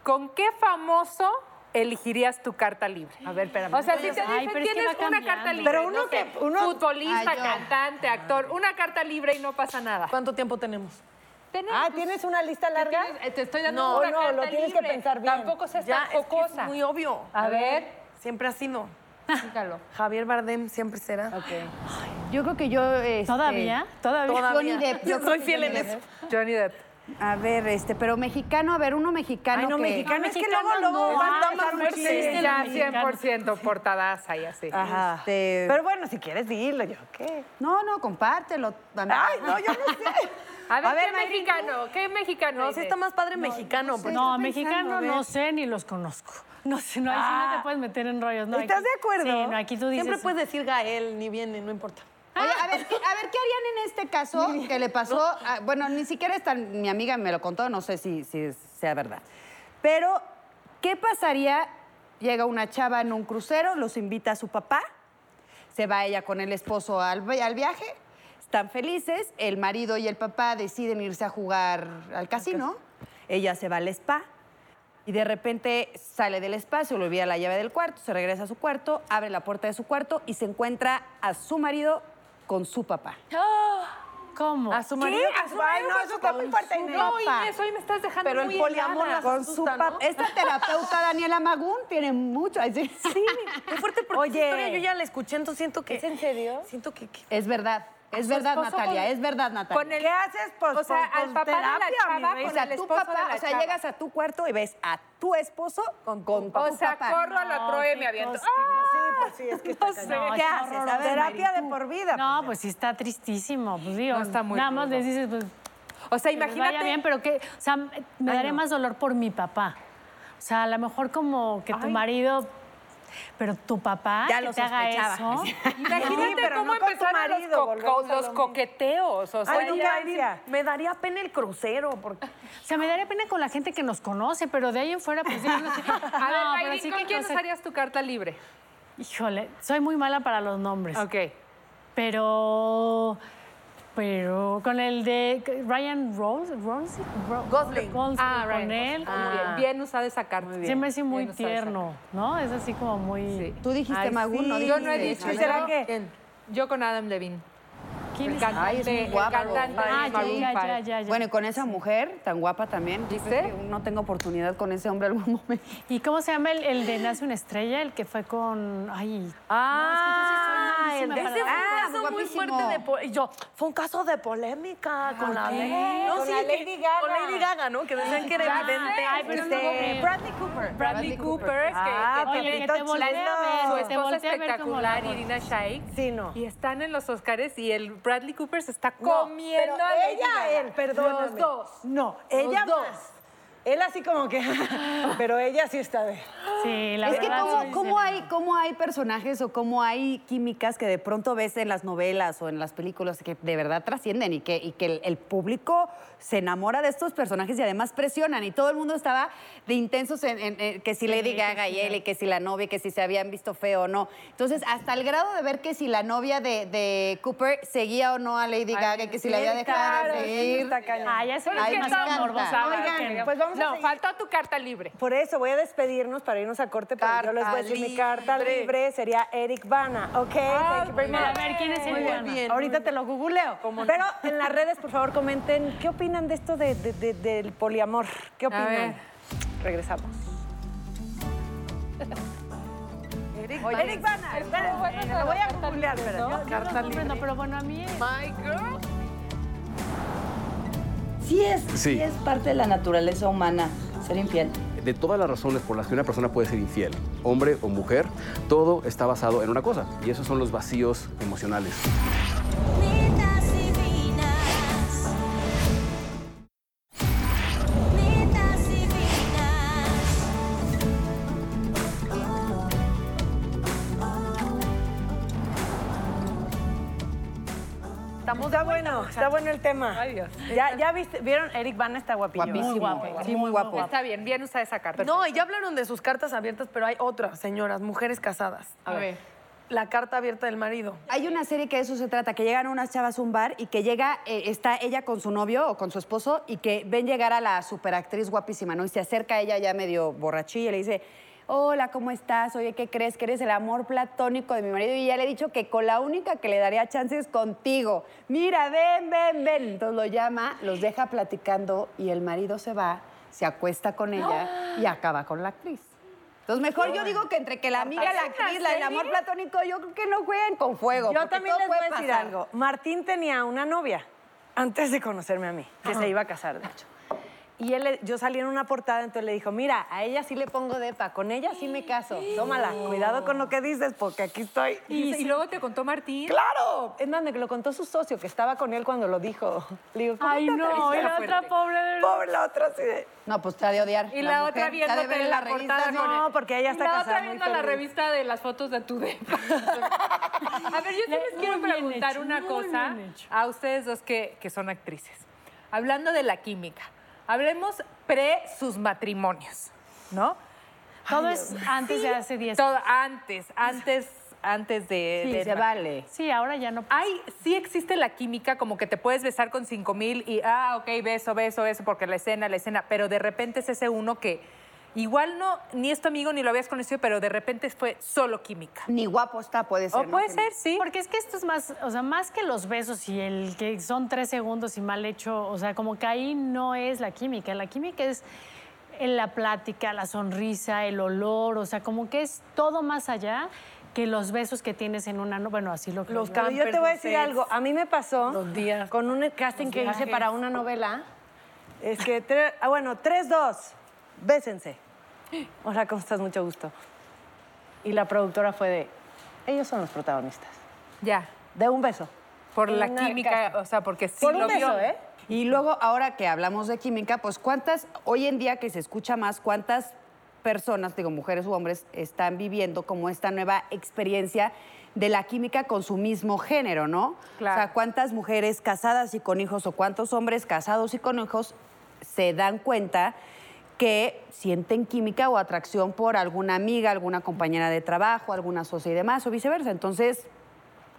S12: ¿Con qué famoso elegirías tu carta libre?
S14: A ver, espérame.
S12: O sea, si te dicen,
S3: Ay, pero es que
S12: tienes
S3: va
S12: una carta
S3: cambiando.
S12: libre.
S14: Pero uno
S12: no sé,
S14: que- uno-
S12: Futbolista,
S5: Ay, yo.
S12: cantante, actor, una carta libre y no pasa nada.
S19: ¿Cuánto tiempo tenemos?
S12: Tenemos-
S14: ah, ¿tienes una lista
S12: te
S14: larga?
S3: Eh,
S12: tienes- Te estoy dando
S14: No,
S12: una
S14: no,
S12: carta
S14: lo tienes que
S12: libre.
S14: pensar bien.
S12: Tampoco seas
S19: Ya,
S12: tan
S19: es que es
S12: jocosa.
S19: muy obvio.
S12: A ver,
S19: Siempre ha sido.
S12: explícalo.
S19: Javier Bardem siempre será.
S5: Yo creo que yo... este,
S3: ¿Todavía? ¿Todavía?
S5: Johnny Depp, yo
S19: Yo
S5: creo
S19: soy
S5: que
S19: fiel
S5: Johnny
S19: en
S5: Depp.
S19: eso.
S12: Johnny Depp.
S5: A ver, este, pero mexicano, a ver, uno mexicano
S14: Ay, no,
S5: que-
S14: mexicano. es que
S3: Mexicano
S14: luego, luego
S3: no,
S14: va a
S3: ah,
S14: estar
S3: no
S14: muy
S3: existe
S14: triste.
S3: la
S12: Ya,
S3: mexicana.
S12: 100% portadaza y así.
S14: Ajá.
S5: Este-
S14: Pero bueno, si quieres dilo, yo qué.
S5: No, no, compártelo.
S14: Ay, no, yo no sé.
S12: A ver,
S5: A ver,
S12: ¿qué
S5: Mayrin,
S12: mexicano? ¿Qué mexicano?
S19: No, sí
S12: dices?
S19: está más padre mexicano.
S12: pues.
S19: porque-
S3: No,
S5: estoy pensando,
S3: mexicano
S5: a ver.
S3: no sé ni los conozco. No sé, no, ahí sí no te puedes meter en rollos. No,
S14: ¿Estás
S3: aquí-
S14: de acuerdo?
S3: Sí, no, aquí tú dices...
S19: Siempre puedes decir Gael, ni viene, no importa.
S5: Oye, a ver, ¿qué- a ver, ¿qué harían en este caso que le pasó? a- bueno, ni siquiera esta, mi amiga me lo contó, no sé si, si es- sea verdad. Pero, ¿qué pasaría? Llega una chava en un crucero, los invita a su papá, se va ella con el esposo al, vi- al viaje, están felices, el marido y el papá deciden irse a jugar al casino, ella se va al spa. Y de repente sale del espacio, le olvida la llave del cuarto, se regresa a su cuarto, abre la puerta de su cuarto y se encuentra a su marido con su papá.
S12: ¿Cómo?
S14: ¿A su marido? ¿A su marido? Ay, no, eso está muy fuerte.
S20: No, Inés, hoy me estás dejando
S5: Pero
S20: muy
S5: el poliamor
S20: helada.
S5: con su papá. Esta terapeuta Daniela Magún tiene mucho. Sí,
S21: qué fuerte porque Oye. historia yo ya la escuché, entonces siento que... ¿Es en serio? Siento que... que-
S5: *laughs* Es verdad. Es verdad,
S21: esposo
S5: Natalia,
S21: con-
S5: es verdad, Natalia.
S21: con el- ¿Qué haces?
S5: Pues,
S21: O sea,
S5: pues,
S21: al
S5: pues,
S21: papá de la
S5: terapia,
S21: chava
S5: mi rey.
S21: con
S5: O sea,
S21: el
S5: tu
S21: esposo
S5: papá,
S21: de la
S5: o sea,
S21: chava.
S5: llegas a tu cuarto y ves a tu esposo con, con
S20: O
S5: tu
S20: sea,
S5: papá.
S20: corro a la Troe y me aviento.
S14: Sí, es que
S20: No
S14: está
S20: sé.
S14: cañón.
S5: ¿Qué haces? A ver,
S14: Terapia de por vida.
S12: No, pues sí está tristísimo. Pues digo,
S20: No, está muy
S12: nada más
S20: rudo.
S12: les dices, pues.
S20: O sea,
S12: que les
S20: imagínate-
S12: Vaya bien, pero que. O sea, me daré
S20: no.
S12: más dolor por mi papá. O sea, a lo mejor como que tu
S20: Ay.
S12: marido. Pero tu papá
S5: Ya
S12: que
S5: lo
S12: te haga
S5: sospechaba.
S12: eso.
S20: Imagínate
S14: Sí, pero
S20: cómo
S14: no con tu
S20: empezaron
S14: marido,
S20: los, co-
S14: volvemos a lo
S20: los
S14: mismo.
S20: coqueteos. O sea,
S14: Ay, no,
S20: ya-
S14: Katia.
S21: me daría pena el crucero porque...
S12: O sea, me daría pena con la gente que nos conoce, pero de ahí en fuera, pues sí, no sé.
S20: A ver,
S12: No, pero
S20: Mayrin,
S12: sí
S20: ¿con
S12: que
S20: quién
S12: cosa-
S20: nos harías tu carta libre?
S12: Híjole, soy muy mala para los nombres.
S20: Ok.
S12: Pero. Pero con el de Ryan Rose, Rose, Ro-
S20: Gosling.
S12: Gosling,
S20: Ah,
S12: con
S20: Ryan
S12: él.
S20: Gosling. Muy bien. Bien usada esa carta. Muy
S12: Se me hace muy tierno, ¿no? Es así como muy.
S20: Sí.
S5: Tú dijiste
S12: Ay,
S5: Magún,
S12: sí.
S5: no
S20: Yo
S5: dijiste.
S20: no he dicho.
S5: Ay,
S20: ¿Será que? Yo con Adam Levine.
S12: ¿Quién
S20: El
S12: es?
S20: cantante,
S5: Ay, es muy
S20: el
S5: guapo.
S20: cantante de
S12: Ah, ya,
S20: Maroon
S12: ya,
S20: five.
S12: ya, ya, ya.
S5: Bueno, y con esa mujer tan guapa también.
S20: ¿Viste?
S5: Creo que No tengo oportunidad con ese hombre algún momento.
S12: ¿Y cómo se llama el, el de Nace una estrella? El que fue con. Ay.
S21: Ah,
S12: No, es que yo sí soy malísima
S21: el- ese
S12: para-
S5: Ah,
S21: fue un caso muy
S5: guapísimo.
S21: fuerte de po- y yo, fue un caso de polémica con la
S12: ¿qué?
S14: Eh,
S21: ley.
S12: Con
S21: la Lady Gaga. Con Lady Gaga, ¿no? Que decían que era
S12: ya
S21: evidente. Este,
S12: sé. Ay, pero
S14: Este,
S12: no lo creo.
S21: Bradley Cooper.
S20: Bradley Cooper, que,
S21: Ah,
S20: que
S12: Oye,
S20: también
S12: que te volteé a
S20: su
S12: ver, te
S20: esposa
S12: volteé a ver como la
S20: espectacular, Irina Shayk.
S14: Sí, no.
S20: Y están en los Oscars y el Bradley Cooper se está
S14: No,
S20: comiendo
S14: pero
S20: a Lady Gaga.
S14: ella, él, perdóname.
S20: Los dos.
S14: No, ella
S20: dos.
S14: más. Él así como que... *laughs* pero ella sí está de...
S12: Sí, la
S5: es que
S12: verdad,
S5: cómo,
S12: sí,
S5: cómo
S12: sí.
S5: hay, cómo hay personajes o cómo hay químicas que de pronto ves en las novelas o en las películas que de verdad trascienden y que, y que el, el público se enamora de estos personajes y además presionan y todo el mundo estaba de intensos en, en- en que si Lady Gaga y él y que si la novia, que si se habían visto feo o no. Entonces, hasta el grado de ver que si la novia de, de Cooper seguía o no a Lady Gaga, que si la había dejado de seguir.
S12: Ah, ya se
S5: Pero es que
S12: me
S5: está
S12: más morbosa.
S5: morbosa.
S14: Oigan, pues vamos a
S20: No,
S14: seguir.
S20: faltó tu carta libre.
S14: Por eso voy a despedirnos para irnos a corte, pero yo les voy a decir mi carta
S20: libre.
S14: libre sería Eric Bana, ¿ok? Thank you very
S12: Pero a
S14: much.
S12: ver, ¿quién es el bueno?
S14: Ahorita te lo googleo. Pero en las redes, por favor, comenten qué opinan de esto de- de- de- del poliamor. ¿Qué opinan?
S20: ver.
S14: Regresamos.
S20: Eric
S14: Oye, Eric Bana, espera, lo voy a googlear, espera.
S12: No, yo no comprendo, pero bueno, a mí...
S20: My girl.
S10: Sí es,
S9: Sí.
S10: sí es parte de la naturaleza humana ser infiel.
S9: De todas las razones por las que una persona puede ser infiel, hombre o mujer, todo está basado en una cosa, y esos son los vacíos emocionales.
S14: Está bueno, está bueno el tema. Ya, ya viste, vieron, Eric Bana está guapillo.
S5: Guapísimo.
S14: Muy guapo.
S5: Sí, muy guapo.
S20: Está bien, bien usa esa carta.
S21: No, y ya hablaron de sus cartas abiertas, pero hay otras, señoras, mujeres casadas.
S20: A ver.
S21: La carta abierta del marido.
S5: Hay una serie que de eso se trata, que llegan unas chavas a un bar y que llega, eh, está ella con su novio o con su esposo y que ven llegar a la superactriz guapísima, ¿no? Y se acerca a ella ya medio borrachilla y le dice, hola, ¿cómo estás? Oye, ¿qué crees? Que eres el amor platónico de mi marido y ya le he dicho que con la única que le daría chance es contigo. Mira, ven, ven, ven. Entonces lo llama, los deja platicando y el marido se va, se acuesta con ella y acaba con la actriz. Entonces, mejor yo digo que entre que la amiga, la actriz, la del amor platónico, yo creo que no jueguen con fuego.
S14: Yo
S5: porque
S14: también
S5: todo
S14: les voy
S5: puede
S14: a decir
S5: pasar.
S14: algo. Martín tenía una novia antes de conocerme a mí, que se iba a casar, de hecho. Y él, le- yo salí en una portada, entonces le dijo, mira, a ella sí le pongo depa, con ella sí me caso. Tómala, cuidado con lo que dices, porque aquí estoy.
S20: Y, y luego te contó Martín.
S14: ¡Claro! Es más, me lo contó su socio, que estaba con él cuando lo dijo. Le digo, ¿cómo
S12: Ay,
S14: te
S12: no, y
S14: atreviste?
S12: la otra pobre... de verdad.
S14: Pobre la otra, sí. de-
S5: No, pues te ha de odiar.
S20: Y la, otra
S5: mujer, te ha de
S20: viéndote
S5: ver
S20: en la,
S5: revista,
S20: portada. con
S14: no,
S20: el-
S14: porque ella está
S20: y la
S14: casada,
S20: otra
S14: muy
S20: viendo la
S14: feliz.
S20: revista de las fotos de tu *laughs* depa. A ver, yo sí
S12: Le-
S20: les quiero
S12: muy bien
S20: preguntar
S12: hecho,
S20: una
S12: muy
S20: cosa
S12: bien hecho.
S20: a ustedes dos que, que son actrices. Hablando de la química, hablemos pre sus matrimonios, ¿no?
S12: Todo es antes de hace 10
S20: Todo antes, antes, antes de...
S5: Sí,
S20: del
S5: se vale.
S12: Sí, ahora ya no pasa.
S20: hay, sí existe la química, como que te puedes besar con 5 mil y, ah, ok, beso, beso, beso, porque la escena, la escena, pero de repente es ese uno que,
S22: Igual no, ni es tu amigo ni lo habías conocido, pero de repente fue solo química.
S14: Ni guapo está, puede
S22: ser. O puede ser, sí.
S10: Porque es que esto es más, o sea, más que los besos y el que son tres segundos y mal hecho, o sea, como que ahí no es la química. La química es en la plática, la sonrisa, el olor, o sea, como que es todo más allá que los besos que tienes en una no- bueno así lo creo
S4: Los
S10: yo.
S4: Yo te voy a decir algo. A mí me pasó con un casting
S10: Los
S4: que hice
S10: viajes.
S4: para una novela. Es que, tre- ah, bueno, tres, dos, bésense. Hola, ¿cómo estás? Mucho gusto. Y la productora fue de, ellos son los protagonistas.
S22: Ya.
S4: De un beso.
S22: Por
S14: la química,
S22: o sea, porque sí
S14: Por un beso, ¿eh? Y luego, ahora que hablamos de química, pues cuántas, hoy en día que se escucha más, cuántas personas, digo, mujeres u hombres, están viviendo como esta nueva experiencia de la química con su mismo género, ¿no?
S22: Claro.
S14: O sea, cuántas mujeres casadas y con hijos o cuántos hombres casados y con hijos se dan cuenta que sienten química o atracción por alguna amiga, alguna compañera de trabajo, alguna socia y demás, o viceversa. Entonces,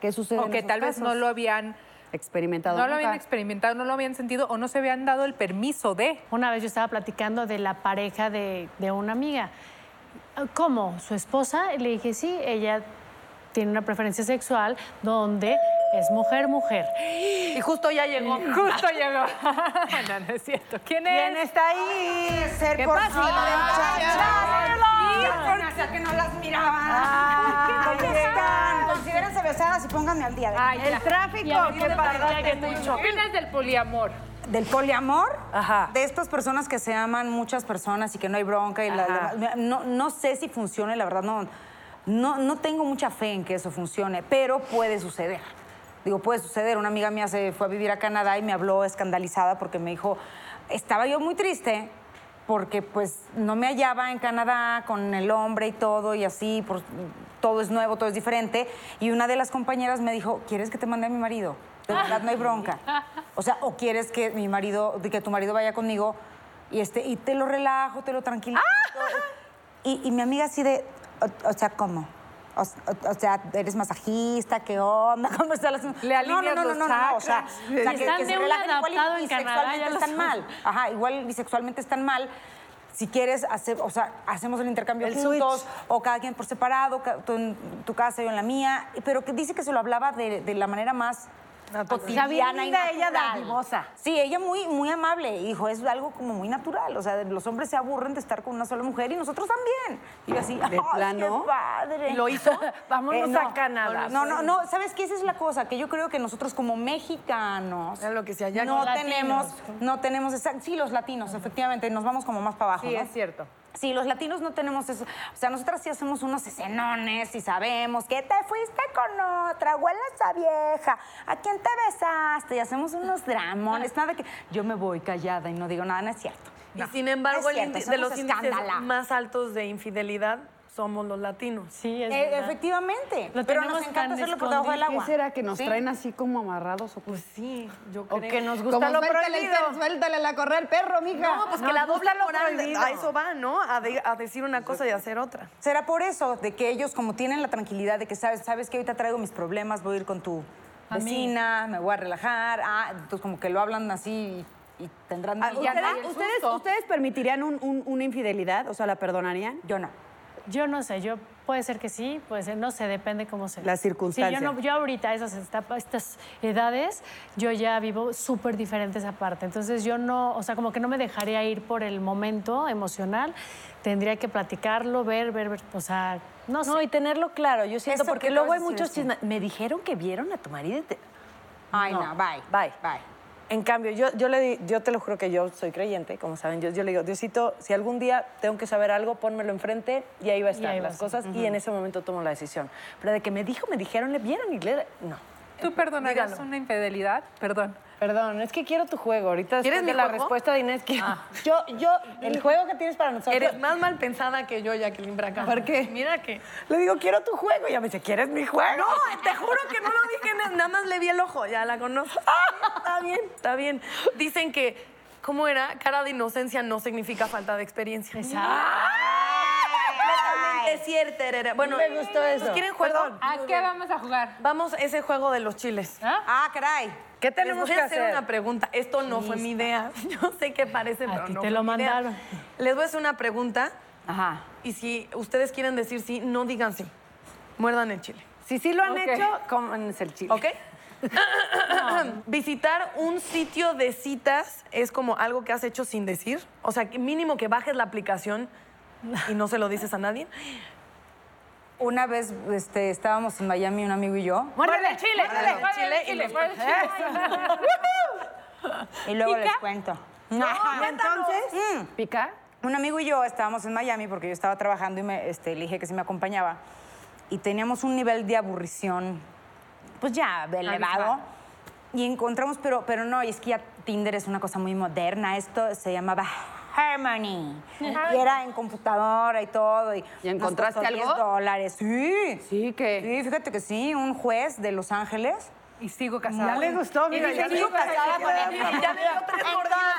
S14: ¿qué sucede?
S22: O
S14: en
S22: que
S14: esos
S22: tal vez no
S14: casos?
S22: lo habían
S14: experimentado.
S22: No lo habían
S14: nunca.
S22: experimentado, no lo habían sentido o no se habían dado el permiso de.
S10: Una vez yo estaba platicando de la pareja de, de una amiga. ¿Cómo? ¿Su esposa? Le dije, sí, ella tiene una preferencia sexual donde es mujer, mujer.
S12: Y justo ya llegó.
S22: *laughs* Justo llegó. no, no es cierto. ¿Quién es?
S4: ¿Quién está ahí? Ser
S22: ¿Qué
S4: por
S22: pasa?
S4: favor,
S22: Ay,
S4: chacha.
S5: que no las miraba. ¿Dónde están? Considérense besadas y pónganme al día. ¿eh?
S4: El tráfico, qué padre que tú
S22: ¿Qué opinas del poliamor?
S5: Del poliamor, de estas personas que se aman muchas personas y que no hay bronca. Y la-
S22: Ajá.
S5: la- no, no sé si funcione, la verdad, no, no, no tengo mucha fe en que eso funcione, pero puede suceder. Digo, puede suceder. Una amiga mía se fue a vivir a Canadá y me habló escandalizada porque me dijo, estaba yo muy triste porque pues no me hallaba en Canadá con el hombre y todo y así, por- todo es nuevo, todo es diferente. Y una de las compañeras me dijo, ¿quieres que te mande a mi marido? De verdad no hay bronca. O sea, o quieres que mi marido, de que tu marido vaya conmigo y este, y te lo relajo, te lo tranquilizo.
S22: ¡Ah!
S5: Y, y mi amiga así de, o, o sea, ¿cómo? O, o- o sea, eres masajista, ¿qué onda? *laughs* ¿Cómo está la
S22: Le alineas los
S5: O sea,
S22: chakras.
S5: o sea,
S10: Y están de un
S5: relajen, igual y
S10: adaptado en Canadá,
S5: bisexualmente
S10: ya lo
S5: están
S10: supe.
S5: mal. Ajá, igual bisexualmente están mal. Si quieres, hacer, o sea, hacemos el intercambio
S4: El
S5: juntos o cada quien por separado, ca- tú en tu casa, yo en la mía. Pero que dice que se lo hablaba de, de la manera más
S14: Ah, pues
S5: cotidiana y
S4: linda ella,
S5: natural.
S4: dadivosa.
S5: Sí, ella muy, muy amable. Hijo, es algo como muy natural. O sea, los hombres se aburren de estar con una sola mujer y nosotros también. Y yo así,
S14: ¿De
S5: ¡ay,
S14: plano?
S5: qué padre!
S12: ¿Lo
S5: *laughs*
S12: hizo?
S5: Eh,
S12: Vámonos
S5: no.
S12: a Canadá.
S5: No, no, no. ¿Sabes qué? Esa es la cosa, que yo creo que nosotros como mexicanos...
S12: lo que se allá
S5: No
S12: con latinos.
S5: tenemos, no tenemos esa- Sí, los latinos, efectivamente, nos vamos como más para abajo.
S12: Sí,
S5: ¿no?
S12: es cierto.
S5: Sí, los latinos no tenemos eso. O sea, nosotras sí hacemos unos escenones y sabemos que te fuiste con otra, huele a esa vieja, a quién te besaste y hacemos unos dramones, nada que yo me voy callada y no digo nada, no es cierto.
S12: Y
S5: No,
S12: sin embargo,
S5: no es
S12: el
S5: cierto,
S12: indi- de
S5: somos
S12: los índices
S5: escándala.
S12: más altos de infidelidad somos los latinos.
S10: Sí, es
S5: Eh, efectivamente,
S10: Lo
S5: pero nos
S10: tenemos tan
S5: encanta hacerlo por debajo del
S14: ¿Qué
S5: agua.
S14: será que nos
S5: Sí.
S14: traen así como amarrados o pues
S12: sí, yo
S5: O
S12: creo.
S5: que nos
S14: Como
S5: gusta lo
S14: suéltale el
S5: prohibido.
S14: perro, suéltale la correa al perro, mija.
S12: No, pues que
S14: Nos
S12: la
S14: gusta
S12: dobla
S14: lo
S12: moral.
S14: prohibido.
S12: A eso va, ¿no? A, de- a decir una cosa y a hacer otra.
S5: Será por eso, de que ellos como tienen la tranquilidad de que sabes, sabes que ahorita traigo mis problemas, voy a ir con tu vecina, me voy a relajar, ah, entonces como que lo hablan así y, y tendrán...
S14: Ah, ¿Ustedes, ustedes, ustedes permitirían un- un- una infidelidad? O sea, ¿la perdonarían?
S5: Yo no.
S10: Yo no sé, yo puede ser que sí, puede ser, no sé, depende cómo sea.
S14: La circunstancia.
S10: Sí, yo, no- yo ahorita, esas etapas, estas edades, yo ya vivo súper diferente esa parte. Entonces yo no, o sea, como que no me dejaría ir por el momento emocional. Tendría que platicarlo, ver, ver, ver, o sea, no sé.
S4: No, y tenerlo claro, yo siento,
S5: Eso
S4: porque
S5: que
S4: luego hay
S5: acabas de
S4: muchos
S5: decir,
S4: chismes. Me dijeron que vieron a tu marido. y te-
S5: Ay, no, bye.
S4: Bye.
S5: Bye.
S4: En cambio, yo, yo, le, di- yo te lo juro que yo soy creyente, como saben, yo, yo le digo, Diosito, si algún día tengo que saber algo, pónmelo enfrente y ahí va a estar
S10: ahí va a
S4: las
S10: estar.
S4: cosas y en ese momento tomo la decisión. Pero de que me dijo, me dijeron, le vieron y le... No.
S22: ¿Tú perdonarías
S4: Dígalo.
S22: una infidelidad? Perdón.
S4: Perdón, es que quiero tu juego. Ahorita después
S12: ¿Quieres
S4: de
S12: mi
S4: la
S12: juego? Ah.
S4: respuesta de Inés, que *laughs* yo, yo, el juego que tienes para nosotros.
S12: Eres más mal pensada que yo, Jacqueline Braca.
S4: ¿Por qué?
S12: Mira que.
S4: Le digo, quiero tu juego. Y ella me dice, ¿quieres mi juego?
S12: No, te juro que no lo dije, na- nada más le vi el ojo, ya la conozco. Está bien, está bien. Dicen que, ¿cómo era? Cara de inocencia no significa falta de experiencia.
S10: Exacto.
S12: ¡Ah! Completamente cierto, Herrera. Bueno,
S4: Me gustó eso.
S12: ¿nos ¿quieren juego?
S4: Perdón.
S10: Ah,
S22: ¿A qué vamos a jugar?
S12: Vamos a ese juego de los chiles.
S22: ¿Ah?
S5: Ah, caray.
S4: ¿Qué
S12: Les
S4: tenemos
S12: voy
S4: que
S12: a hacer
S4: hacer?
S12: una pregunta. Esto no fue mi idea. *laughs* Yo sé que parece,
S10: A
S12: pero
S10: ti
S12: no
S10: te
S12: fue
S10: lo
S12: mi idea.
S10: mandaron.
S12: Les voy a hacer una pregunta. Ajá. Y si ustedes quieren decir sí, no digan sí. Muerdan el chile.
S4: Si sí lo han hecho, cómanse el chile.
S14: *laughs*
S12: ¿Ok? Visitar un sitio de citas es como algo que has hecho sin decir. O sea, que mínimo que bajes la aplicación y no se lo dices a nadie.
S5: Una vez este, estábamos en Miami, un amigo y yo.
S12: ¡Muérdele el chile! ¡Muérdele el chile! y le-
S5: *laughs* Y luego les cuento. *laughs*
S12: No,
S5: entonces,
S4: Mm.
S5: ¿pica? Un amigo y yo estábamos en Miami porque yo estaba trabajando y me, este, le dije que si me acompañaba. Y teníamos un nivel de aburrición, pues ya, elevado. Y encontramos, pero, pero no, y es que ya Tinder es una cosa muy moderna. Esto se llamaba Harmony. Y era en computadora y todo. ¿Y,
S14: ¿Y encontraste
S5: nos costó
S14: algo?
S5: 10 dólares. Sí.
S14: Sí, que.
S5: Sí, fíjate que sí, un juez de Los Ángeles.
S14: Y sigo
S5: casada. Y dice, sigo casada con él.
S12: Ya me dio tres gorditas.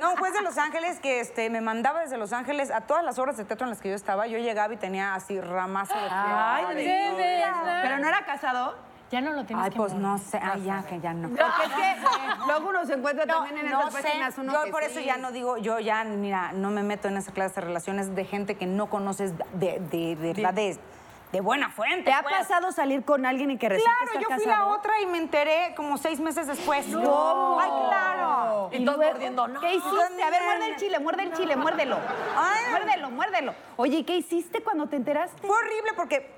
S5: No, un juez de Los Ángeles que este, me mandaba desde Los Ángeles a todas las obras de teatro en las que yo estaba. Yo llegaba y tenía así ramazo de
S14: Ay,
S5: flores.
S14: de verdad. Pero no era
S5: casado?
S10: Ya no lo tienes
S5: Ay,
S10: que
S5: pues
S10: mover.
S5: no sé. Ay, ya, que ya no.
S14: Porque es que luego uno se encuentra
S5: No,
S14: también en
S5: no
S14: esas
S5: sé.
S14: páginas uno
S5: yo
S14: que
S5: por eso
S14: sí.
S5: ya no digo, yo ya, mira, no me meto en esa clase de relaciones de gente que no conoces de, de, de verdad, de, de buena fuente.
S23: ¿Te ha
S5: pues.
S23: pasado salir con alguien y que resulta
S5: Claro, yo fui la otra y me enteré como seis meses después.
S23: ¿Cómo?
S5: ¡Ay, claro!
S12: Y todos mordiendo, no.
S23: ¿Qué hiciste? A ver, muerde el chile, muerde el chile, muérdelo. Muérdelo, muérdelo. Oye, ¿y qué hiciste cuando te enteraste?
S5: Fue horrible porque,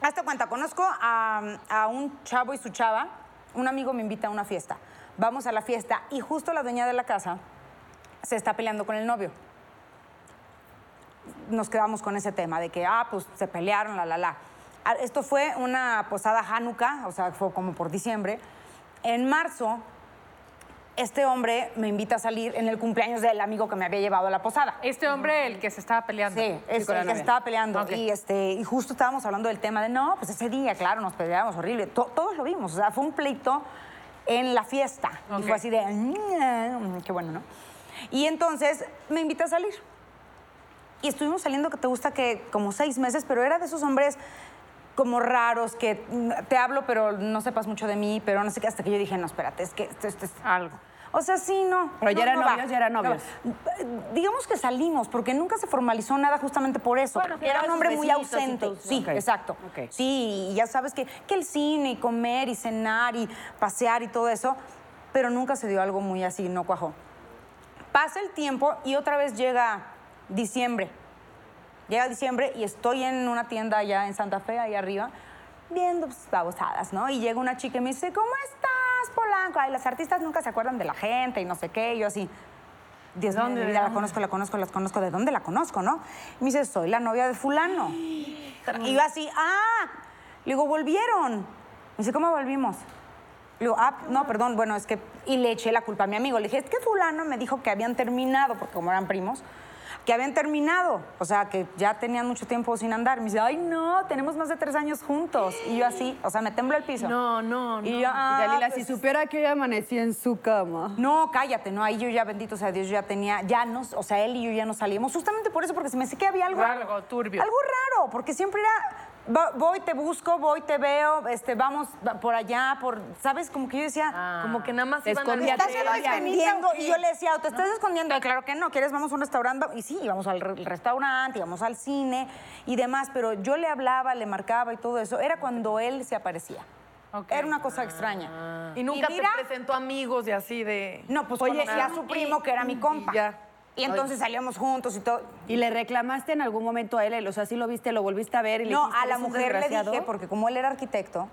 S5: hasta cuenta, conozco a, a un chavo y su chava. Un amigo me invita a una fiesta. Vamos a la fiesta y justo la dueña de la casa se está peleando con el novio. Nos quedamos con ese tema de que, ah, pues se pelearon, la, la, la. Ah, Esto fue una posada Hanukkah, o sea, fue como por diciembre. En marzo, este hombre me invita a salir en el cumpleaños del amigo que me había llevado a la posada.
S22: Este hombre, el que se estaba peleando.
S5: Sí, es
S22: con la
S5: el que
S22: novia.
S5: se estaba peleando.
S22: Ok.
S5: Y, este, y justo estábamos hablando del tema de, no, pues ese día, claro, nos peleamos horrible. To- todos lo vimos. O sea, fue un pleito en la fiesta. Y
S22: Ok.
S5: fue así de, "Mm, qué bueno, ¿no? Y entonces me invita a salir. Y estuvimos saliendo, que te gusta, que como seis meses, pero era de esos hombres como raros, que mm, te hablo, pero no sepas mucho de mí, pero no sé qué, hasta que yo dije, no, espérate, es que esto, esto es algo. O sea, sí, no.
S14: Pero ya
S5: no,
S14: eran
S5: no va.
S14: novios, ya eran
S5: No va.
S14: novios.
S5: Digamos que salimos, porque nunca se formalizó nada justamente por eso.
S14: Bueno, que
S5: era
S14: eran
S5: un hombre
S14: sus
S5: muy
S14: vecinos y
S5: ausente.
S14: tus-
S5: Sí,
S14: Ok.
S5: exacto.
S14: Ok.
S5: Sí, y ya sabes que, que el cine y comer y cenar y pasear y todo eso, pero nunca se dio algo muy así, no cuajó. Pasa el tiempo y otra vez llega diciembre. Llega diciembre y estoy en una tienda allá en Santa Fe, ahí arriba, viendo pues, babosadas, ¿no? Y llega una chica y me dice, ¿cómo estás, Polanco? Ay, las artistas nunca se acuerdan de la gente y no sé qué. Y yo así, Dios mío, de mi vida, la conozco, la conozco, la conozco. ¿De dónde la conozco, no? Y me dice, soy la novia de fulano. Y yo así, ah. Le digo, volvieron. Me dice, ¿cómo volvimos? Le digo, ah, no, perdón, bueno, es que... Y le eché la culpa a mi amigo. Le dije, es que fulano me dijo que habían terminado, porque como eran primos, que habían terminado. O sea, que ya tenían mucho tiempo sin andar. Me dice, ay, no, tenemos más de tres años juntos. Y yo así, o sea, me tembló el piso.
S4: No, no, no.
S5: Y yo, ah,
S14: Dalila, si
S5: pues,
S14: supiera que hoy amanecí en su cama.
S5: no, cállate, no, ahí yo ya, bendito sea Dios, yo ya tenía, ya nos, o sea, él y yo ya no salíamos, justamente por eso, porque se me sé que había algo.
S22: Algo turbio.
S5: Algo raro, porque siempre era, va- voy, te busco, voy, te veo, este, vamos va- por allá, por, ¿sabes? Como que yo decía,
S12: Como que nada más
S14: Te
S12: iban a
S14: escondía
S5: ¿estás
S14: te
S12: decir-
S14: veía.
S5: escondiendo? Y yo le decía, ¿te estás escondiendo? Ay, claro que no, ¿quieres? Vamos a un restaurante. Y sí, íbamos al re- restaurante, íbamos al cine y demás, pero yo le hablaba, le marcaba y todo eso. Era cuando él se aparecía.
S22: Ok.
S5: Era una cosa extraña.
S12: Ah. Y nunca
S5: mira-
S12: te presentó amigos y así de...
S5: No, pues
S12: Oye,
S5: conocí a
S12: y-
S5: su primo, que era mi compa.
S12: y ya.
S5: Y entonces salíamos juntos y todo.
S14: ¿Y le reclamaste en algún momento a él? O sea, sí lo viste, lo volviste a ver y le
S5: No,
S14: dijiste,
S5: a la
S14: "Eres un
S5: mujer le
S14: desgraciado"?
S5: dije, porque como él era arquitecto,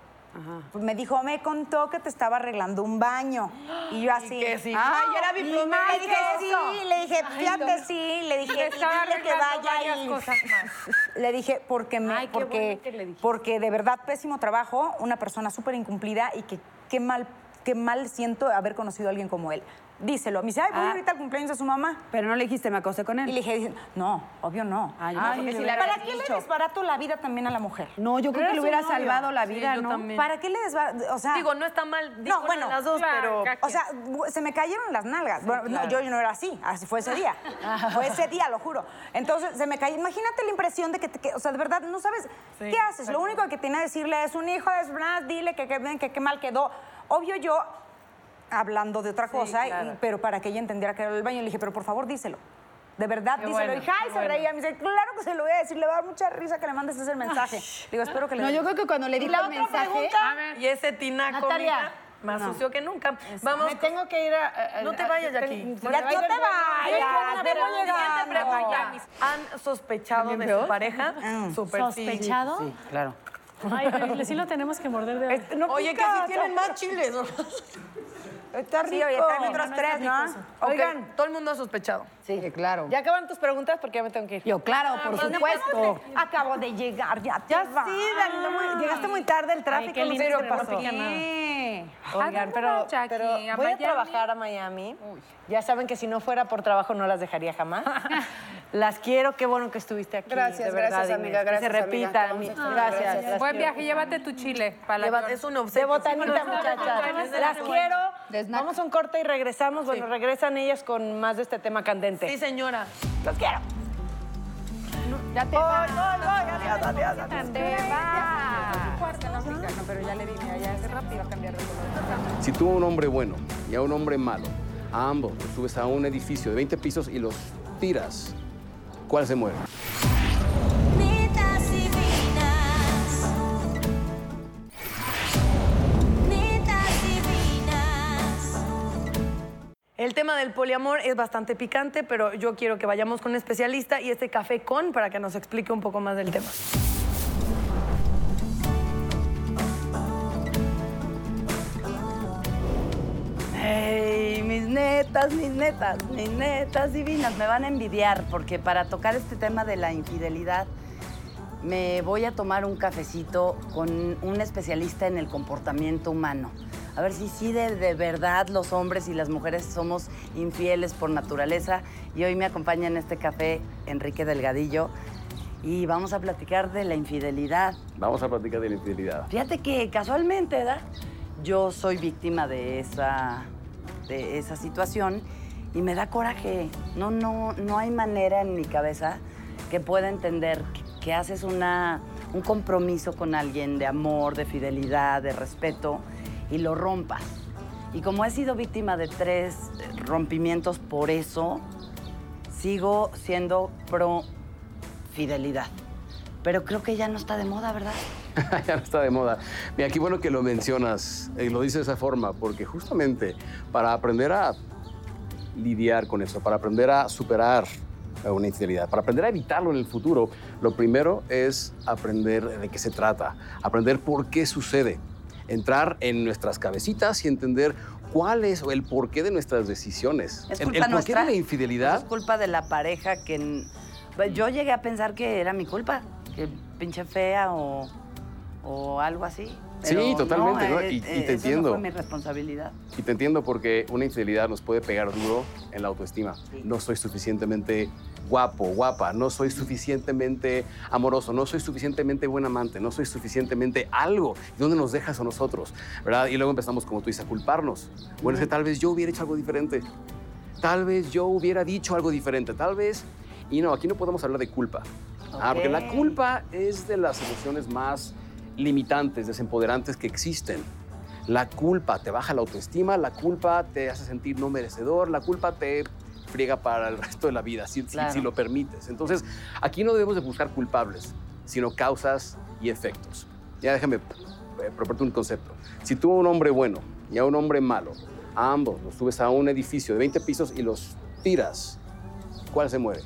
S5: pues me dijo, me contó que te estaba arreglando un baño. Y yo así. "Ah,
S12: que sí.
S14: Ay, era
S5: mi
S14: diplomada,
S5: Le dije,
S14: ¿qué es
S5: sí, le dije, fíjate, sí, le dije,
S22: Le
S5: y
S22: estaba
S5: dile que
S22: arreglando
S5: vaya
S22: varias
S5: y.
S22: cosas más.
S5: Le dije, porque me.
S22: Ay, qué
S5: porque,
S22: bueno que le dijiste.
S5: porque de verdad, pésimo trabajo, una persona súper incumplida y que qué mal, qué mal siento haber conocido a alguien como él. Díselo. Me dice, ay, voy
S14: Ah.
S5: ahorita al cumpleaños de su mamá.
S14: Pero no le dijiste, me acosté con él.
S5: Y le dije, no, obvio no.
S14: Ay, yo
S5: Ah,
S14: creo que sí le
S5: ¿Para
S14: hubieras
S5: qué
S14: dicho.
S5: le desbarato la vida también a la mujer?
S14: No, yo creo
S12: Pero
S14: que le
S12: era
S14: hubiera
S12: su novio.
S14: salvado la vida,
S12: Sí, yo
S14: ¿no?
S12: también.
S5: ¿Para qué le desbarato? O sea,
S12: Digo, no está mal.
S5: no, bueno,
S12: las dos,
S22: claro,
S12: pero...
S22: cada
S5: o sea, bu- se me cayeron las nalgas. bueno, no, yo no era así, así fue ese
S12: *laughs*
S5: día. fue ese día, lo juro. Entonces, se me cayó. Imagínate la impresión de que, te, que- o sea, de verdad, no sabes qué haces. Lo único que tenía que decirle es un hijo de Brad, dile que qué que, qué mal quedó. Obvio yo hablando de otra cosa, y- pero para que ella entendiera que era el baño, le dije, pero por favor díselo.
S24: De verdad,
S25: Qué
S24: dice, lo
S25: bueno,
S24: dije, ay,
S25: qué
S24: se
S25: bueno.
S24: reía. Me dice, claro que se lo voy a decir, le va a dar mucha risa que le mandes ese mensaje. Digo, espero que le
S25: No,
S24: dé-
S25: yo creo que cuando le
S24: Y
S25: dijo
S24: la
S25: el
S24: otra
S25: mensaje-
S24: pregunta-
S12: Y ese tinaco,
S25: Natalia.
S12: mija, más
S25: No.
S12: sucio que nunca. Vamos. Me tengo
S5: que ir a.
S12: no te vayas, Jackie.
S25: Ya no te vayas,
S12: Te voy
S25: pero
S12: a
S25: no.
S12: ¿Han sospechado de su
S25: peor?
S12: pareja?
S5: Ah.
S12: Súper
S14: Pues
S12: sí.
S26: ¿Sospechado?
S12: Sí.
S24: claro.
S26: Ay, pero sí lo tenemos que morder
S14: *laughs*
S26: de hoy.
S12: Oye, que si tienen más chiles.
S24: Está
S12: rico.
S24: Sí, oye, tráeme otros tres, ¿no?
S12: Ok,
S5: Oigan.
S12: todo el mundo ha sospechado.
S25: Sí, claro.
S5: ¿Ya acaban tus preguntas? Porque ya me tengo que ir.
S25: Yo, claro, por
S5: pues, no
S25: supuesto.
S24: Acabo de llegar, ya te
S5: Ya
S24: vas.
S5: sí, Dani, muy- llegaste muy tarde, el tráfico,
S26: qué lindo
S5: pero
S26: que no
S5: pasó.
S26: pica nada.
S5: Oigan, pero, pero voy a, trabajar a Miami. Ya saben que si no fuera por trabajo no las dejaría
S12: *laughs*
S5: jamás. las quiero, qué bueno que estuviste aquí.
S27: Gracias,
S5: de verdad,
S27: gracias,
S5: Inés.
S27: amiga,
S5: Que
S27: gracias,
S5: Se
S27: amiga, te
S5: repita,
S27: vamos a
S5: mi-
S27: extrañar,
S5: Gracias.
S27: gracias.
S5: las
S28: Buen
S5: quiero.
S28: viaje, llévate tu chile. Para
S5: Lleva- Es un obsequio. De botanita, muchachas. Las quiero. Vamos a un corte y regresamos. Bueno, regresan ellas con más de este tema candente.
S12: Sí, señora.
S5: Los quiero.
S25: Ya te vas. Te vas.
S24: Pero ya le dije, ya es rápido a cambiar de color.
S9: Si tú a un hombre bueno y a un hombre malo, a ambos los subes a un edificio de 20 pisos y los tiras, ¿cuál se muere?
S29: Mitas y vidas. Mitas y vidas.
S12: El tema del poliamor es bastante picante, pero yo quiero que vayamos con un especialista y este café con para que nos explique un poco más del tema.
S14: Ey, mis netas, mis netas, mis netas divinas, me van a envidiar porque para tocar este tema de la infidelidad me voy a tomar un cafecito con un especialista en el comportamiento humano. A ver si sí de, de verdad los hombres y las mujeres somos infieles por naturaleza. Y hoy me acompaña en este café Enrique Delgadillo y vamos a platicar de la infidelidad.
S9: Vamos a platicar de la infidelidad.
S14: Fíjate que casualmente, ¿verdad? Yo soy víctima de esa, de esa situación y me da coraje. No, no, no hay manera en mi cabeza que pueda entender que, que haces una, un compromiso con alguien de amor, de fidelidad, de respeto y lo rompas. Y como he sido víctima de tres eh, rompimientos por eso, sigo siendo pro fidelidad. Pero creo que ya no está de moda, ¿verdad?
S9: ya no está de moda. Mira, qué bueno que lo mencionas y lo dices de esa forma, porque justamente para aprender a lidiar con eso, para aprender a superar una infidelidad, para aprender a evitarlo en el futuro, lo primero es aprender de qué se trata, aprender por qué sucede, entrar en nuestras cabecitas y entender cuál es el porqué de nuestras decisiones.
S14: ¿Es
S9: El-
S14: culpa
S9: el, porqué
S14: nuestra?
S9: de la infidelidad
S14: Es culpa de la pareja que... n- Pues Yo llegué a pensar que era mi culpa, que pinche fea o, o algo así.
S9: Sí,
S14: Pero no,
S9: totalmente, ¿no?
S14: eh,
S9: Y- y
S14: eh,
S9: te
S14: eso no
S9: entiendo.
S14: fue mi responsabilidad.
S9: Y te entiendo porque una infidelidad nos puede pegar duro en la autoestima. No soy suficientemente guapo, guapa, no soy suficientemente amoroso, no soy suficientemente buen amante, no soy suficientemente algo. ¿Y ¿Dónde nos dejas a nosotros? ¿Verdad? Y luego empezamos, como tú dices, a culparnos. Bueno, es que tal vez yo hubiera hecho algo diferente. Tal vez yo hubiera dicho algo diferente. Tal vez... Y no, aquí no podemos hablar de culpa. Ah, porque la
S14: Ok.
S9: culpa es de las emociones más limitantes, desempoderantes que existen. La culpa te baja la autoestima, la culpa te hace sentir no merecedor, la culpa te friega para el *laughs* resto de la vida, si, si-
S14: Claro.
S9: si lo permites. Entonces, aquí no debemos de buscar culpables, sino causas y efectos. Ya déjame eh, proponerte un concepto. Si tú a un hombre bueno y a un hombre malo, a ambos los subes a un edificio de 20 pisos y los tiras, ¿cuál se muere?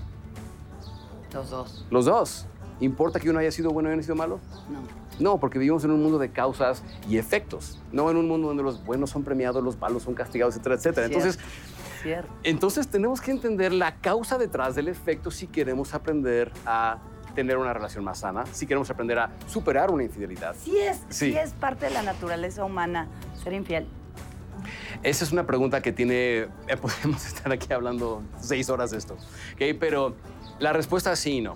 S14: Los dos.
S9: Los dos. ¿Importa que uno haya sido bueno y uno haya sido malo?
S14: No.
S9: No, porque vivimos en un mundo de causas y efectos, no en un mundo donde los buenos son premiados, los malos son castigados, etcétera, etcétera. Entonces,
S14: Cierto.
S9: entonces tenemos que entender la causa detrás del efecto si queremos aprender a tener una relación más sana, si queremos aprender a superar una infidelidad.
S14: Sí es, sí.
S9: Sí.
S14: es parte de la naturaleza humana ser infiel.
S9: Esa es una pregunta que tiene. eh, Podemos estar aquí hablando seis horas de esto. ¿ok? Pero la respuesta es sí y no.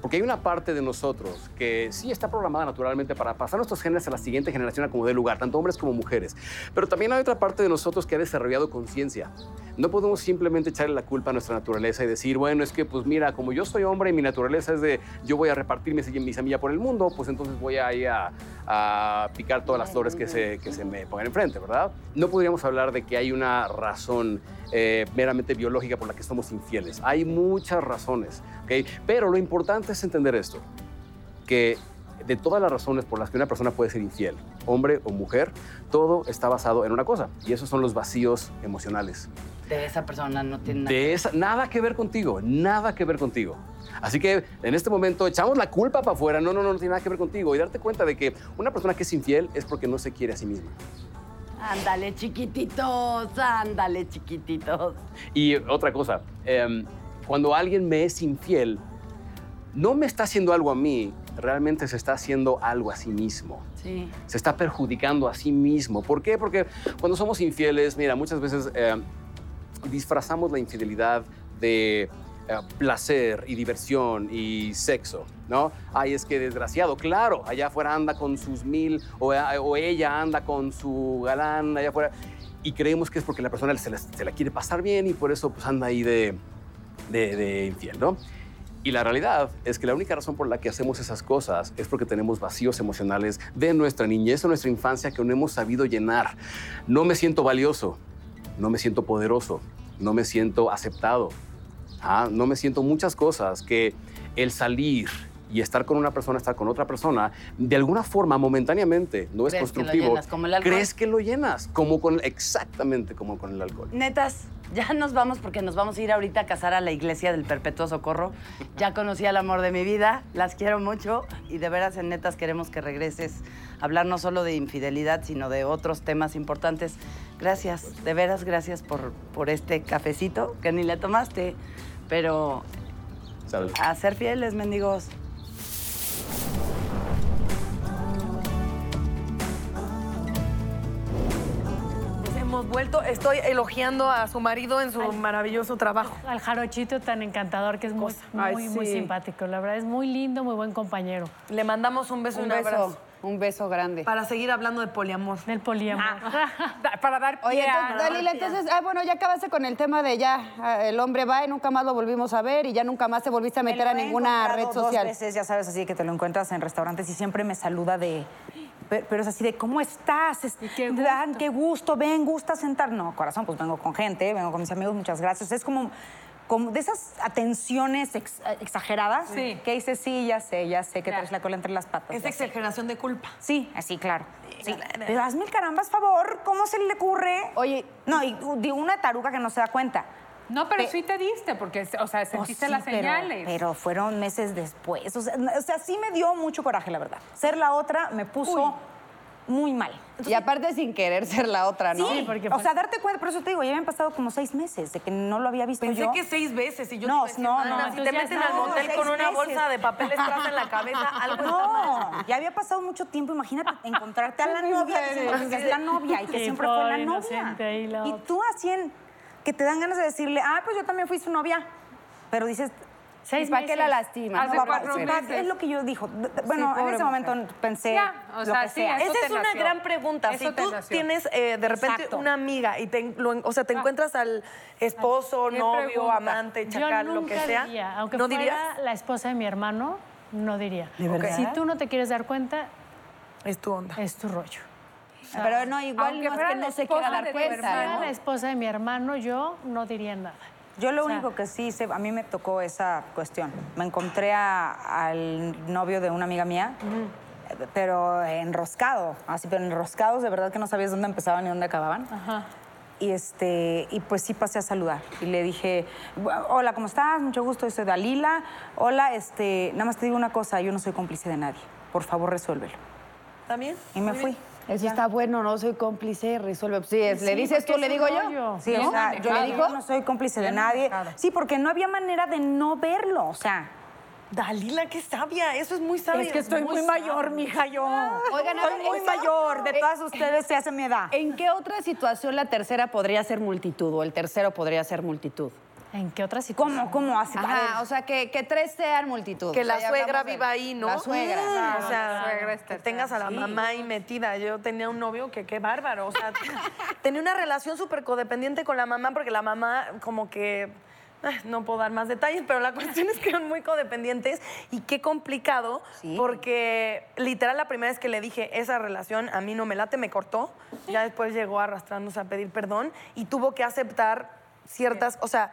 S9: Porque hay una parte de nosotros que sí está programada naturalmente para pasar nuestros genes a la siguiente generación a como dé lugar, tanto hombres como mujeres. Pero también hay otra parte de nosotros que ha desarrollado conciencia. No podemos simplemente echarle la culpa a nuestra naturaleza y decir, bueno, es que pues mira, como yo soy hombre y mi naturaleza es de yo voy a repartir mi, se- mi semilla por el mundo, pues entonces voy a, ir a, a picar todas las flores que se, que se me pongan enfrente, ¿verdad? No podríamos hablar de que hay una razón eh, meramente biológica por la que somos infieles. Hay muchas razones, ¿ok? Pero lo importante es entender esto, que de todas las razones por las que una persona puede ser infiel, hombre o mujer, todo está basado en una cosa, y esos son los vacíos emocionales.
S13: De esa persona no tiene nada.
S9: De esa, nada que ver contigo, nada que ver contigo. Así que en este momento echamos la culpa para afuera, no, no, no, no tiene nada que ver contigo. Y darte cuenta de que una persona que es infiel es porque no se quiere a sí misma.
S13: Ándale, chiquititos, ándale, chiquititos.
S9: Y otra cosa, em, cuando alguien me es infiel, no me está haciendo algo a mí, realmente se está haciendo algo a sí mismo.
S13: Sí.
S9: se está perjudicando a sí mismo. ¿Por qué? Porque cuando somos infieles, mira, muchas veces eh, disfrazamos la infidelidad de eh, placer y diversión y sexo, ¿no? Ay, es que desgraciado, claro, allá afuera anda con sus mil o, o ella anda con su galán allá afuera y creemos que es porque la persona se la, se la quiere pasar bien y por eso pues anda ahí de, de, de infiel, ¿no? Y la realidad es que la única razón por la que hacemos esas cosas es porque tenemos vacíos emocionales de nuestra niñez o nuestra infancia que no hemos sabido llenar. No me siento valioso, no me siento poderoso, no me siento aceptado, ah, no me siento muchas cosas que el salir y estar con una persona, estar con otra persona, de alguna forma, momentáneamente, no es
S13: ¿Crees que lo
S9: constructivo.
S13: llenas como el alcohol?
S9: ¿Crees que lo llenas? Como con, exactamente como con el alcohol.
S13: Netas, ya nos vamos porque nos vamos a ir ahorita a casar a la iglesia del Perpetuo Socorro. Ya conocí al amor de mi vida, las quiero mucho y de veras en netas queremos que regreses a hablar no solo de infidelidad, sino de otros temas importantes. Gracias, de veras gracias por, por este cafecito que ni le tomaste, pero
S9: ¿Sabes?
S13: a ser fieles, mendigos.
S12: Pues hemos vuelto. Estoy elogiando a su marido en su maravilloso trabajo.
S10: Al jarochito tan encantador que es muy,
S12: Ay,
S10: muy, muy
S12: sí.
S10: simpático. La verdad es muy lindo, muy buen compañero.
S12: Le mandamos un beso y
S10: Un
S12: un,
S10: beso,
S12: abrazo.
S14: Un beso grande.
S12: Para seguir hablando de poliamor. Ah.
S10: Del poliamor.
S12: para dar pie
S14: Oye,
S12: a-
S14: entonces, Dalila, entonces, ah, bueno, ya acabaste con el tema de ya, ah, el hombre va y nunca más lo volvimos a ver y ya nunca más te volviste a
S5: Me
S14: meter
S5: lo
S14: a
S5: he
S14: ninguna red
S5: encontrado
S14: social.
S5: Dos veces, ya sabes, así que te lo encuentras en restaurantes y siempre me saluda de. Pero, pero es así de, ¿cómo estás? Es- Dan, qué gusto, ven, gusta sentar. No, corazón, pues vengo con gente, vengo con mis amigos, muchas gracias. Es como, como de esas atenciones ex- exageradas
S12: Sí.
S5: que dices, sí, ya sé, ya sé, que traes la cola entre las patas.
S12: Es
S5: ya sé".
S12: exageración de culpa.
S5: Sí, así, claro. Sí, Pero hazme el carambas favor, ¿cómo se le ocurre? Oye. No, y de una taruga que no se da cuenta.
S22: No, pero
S5: Pe-
S22: sí te diste, porque, o sea,
S5: Oh,
S22: sentiste
S5: sí,
S22: las
S5: pero-
S22: señales.
S5: Pero, fueron meses después. O sea, n- o sea, sí me dio mucho coraje, la verdad. Ser la otra me puso muy mal.
S14: Y aparte sin querer ser la otra, ¿no?
S5: Sí, o sea, darte cuenta, por eso te digo, ya habían pasado como seis meses de que no lo había visto
S12: Pensé
S5: yo.
S12: que seis veces y yo
S5: No,
S12: te iba a decir,
S5: no,
S12: "Mana,
S5: no,
S12: Si te
S5: entonces
S12: meten
S5: ya
S12: al
S5: no,
S12: motel
S5: seis
S12: con una
S5: veces".
S12: bolsa de papel estrás en la cabeza, algo está mal.
S5: No, ya había pasado mucho tiempo. Imagínate encontrarte a la novia, que siempre
S10: eres.
S5: dices, "Pues, la novia y que
S10: Sí,
S5: siempre fue la
S10: pobre
S5: novia.
S10: inocente ahí la
S5: Y
S10: otra.
S5: tú así en que te dan ganas de decirle, ah, pues yo también fui su novia. Pero dices,
S14: Seis
S5: ¿y ¿para qué la
S14: meses.
S5: lastima?
S14: Hace
S5: No, papá,
S14: cuatro
S5: sí, pa-
S14: meses.
S5: Es lo que yo dijo. D- d-
S14: Sí,
S5: Bueno, en
S14: pobre
S5: ese
S14: mujer.
S5: momento pensé
S12: Ya, o
S5: lo
S12: sea,
S5: que
S12: sí,
S5: sea.
S12: Esa es una gran pregunta.
S5: Eso
S12: si
S5: te
S12: tú
S5: nació.
S12: tienes eh, de repente
S5: Exacto.
S12: una amiga y te, en- lo en- o sea, te encuentras al esposo,
S10: Ah. ¿Qué
S12: novio,
S10: pregunta?
S12: amante,
S10: Yo
S12: chacal, lo que
S10: nunca
S12: sea,
S10: diría, aunque
S12: ¿no
S10: fuera
S12: dirías?
S10: la esposa de mi hermano, no diría.
S12: ¿De verdad?
S10: Si tú no te quieres dar cuenta,
S12: es tu onda.
S10: Es tu rollo.
S14: Pero no, igual
S10: Aunque
S14: no es
S10: fuera
S14: que
S10: la
S14: no se
S10: esposa
S14: quiera
S10: de
S14: dar
S10: tu
S14: cuenta,
S5: ¿eh?
S10: hermana,
S14: ¿no?
S10: la esposa de mi hermano, yo no diría nada.
S5: Yo lo
S10: O sea,
S5: único que sí hice, a mí me tocó esa cuestión. Me encontré a- al novio de una amiga mía, eh, pero enroscado, así, pero enroscados de verdad que no sabías dónde empezaban ni dónde acababan. Y, este, y pues sí pasé a saludar y le dije, "Bu- hola, ¿cómo estás? Mucho gusto, yo soy Dalila. Hola, este, nada más te digo una cosa, yo no soy cómplice de nadie. Por favor, resuélvelo.
S12: ¿También?
S5: Y me
S12: Muy
S5: fui.
S12: bien.
S14: Eso está bueno, no soy cómplice, resuelve. Sí, es- le
S5: Sí,
S14: dices
S5: porque
S14: tú, le
S5: es
S14: digo
S5: un
S14: yo.
S5: rollo. Sí,
S14: ¿No?
S5: o sea, yo
S14: ¿Le
S5: le
S14: digo?
S5: digo, no soy cómplice de nadie. Sí, porque no había manera de no verlo, o sea.
S12: Dalila, qué sabia, eso es muy sabia.
S5: Es que estoy muy,
S12: sabia. Ah.
S5: mayor, mija, yo.
S14: Oigan, a
S5: estoy
S14: ver,
S5: muy
S14: ¿en-
S5: mayor, de
S14: eh,
S5: todas ustedes se hace mi edad.
S14: ¿En qué otra situación la tercera podría ser multitud o el tercero podría ser multitud?
S10: ¿En qué otra situación?
S5: ¿Cómo, cómo hace?
S14: Ajá, Ah, o sea, que, que tres sean multitud.
S12: Que
S14: O sea,
S12: la
S14: ya
S12: suegra
S14: hablamos de-
S12: viva ahí, ¿no?
S14: La suegra.
S12: Mm,
S14: claro.
S12: o sea, que tengas a la mamá ahí metida. Yo tenía un novio que qué bárbaro. O
S14: *laughs*
S12: sea, tenía una relación súper codependiente con la mamá porque la mamá como que Ay, No puedo dar más detalles, pero la cuestión es que eran muy codependientes y qué complicado, porque literal la primera vez que le dije esa relación a mí no me late, me cortó. Ya después llegó arrastrándose a pedir perdón y tuvo que aceptar ciertas, o sea,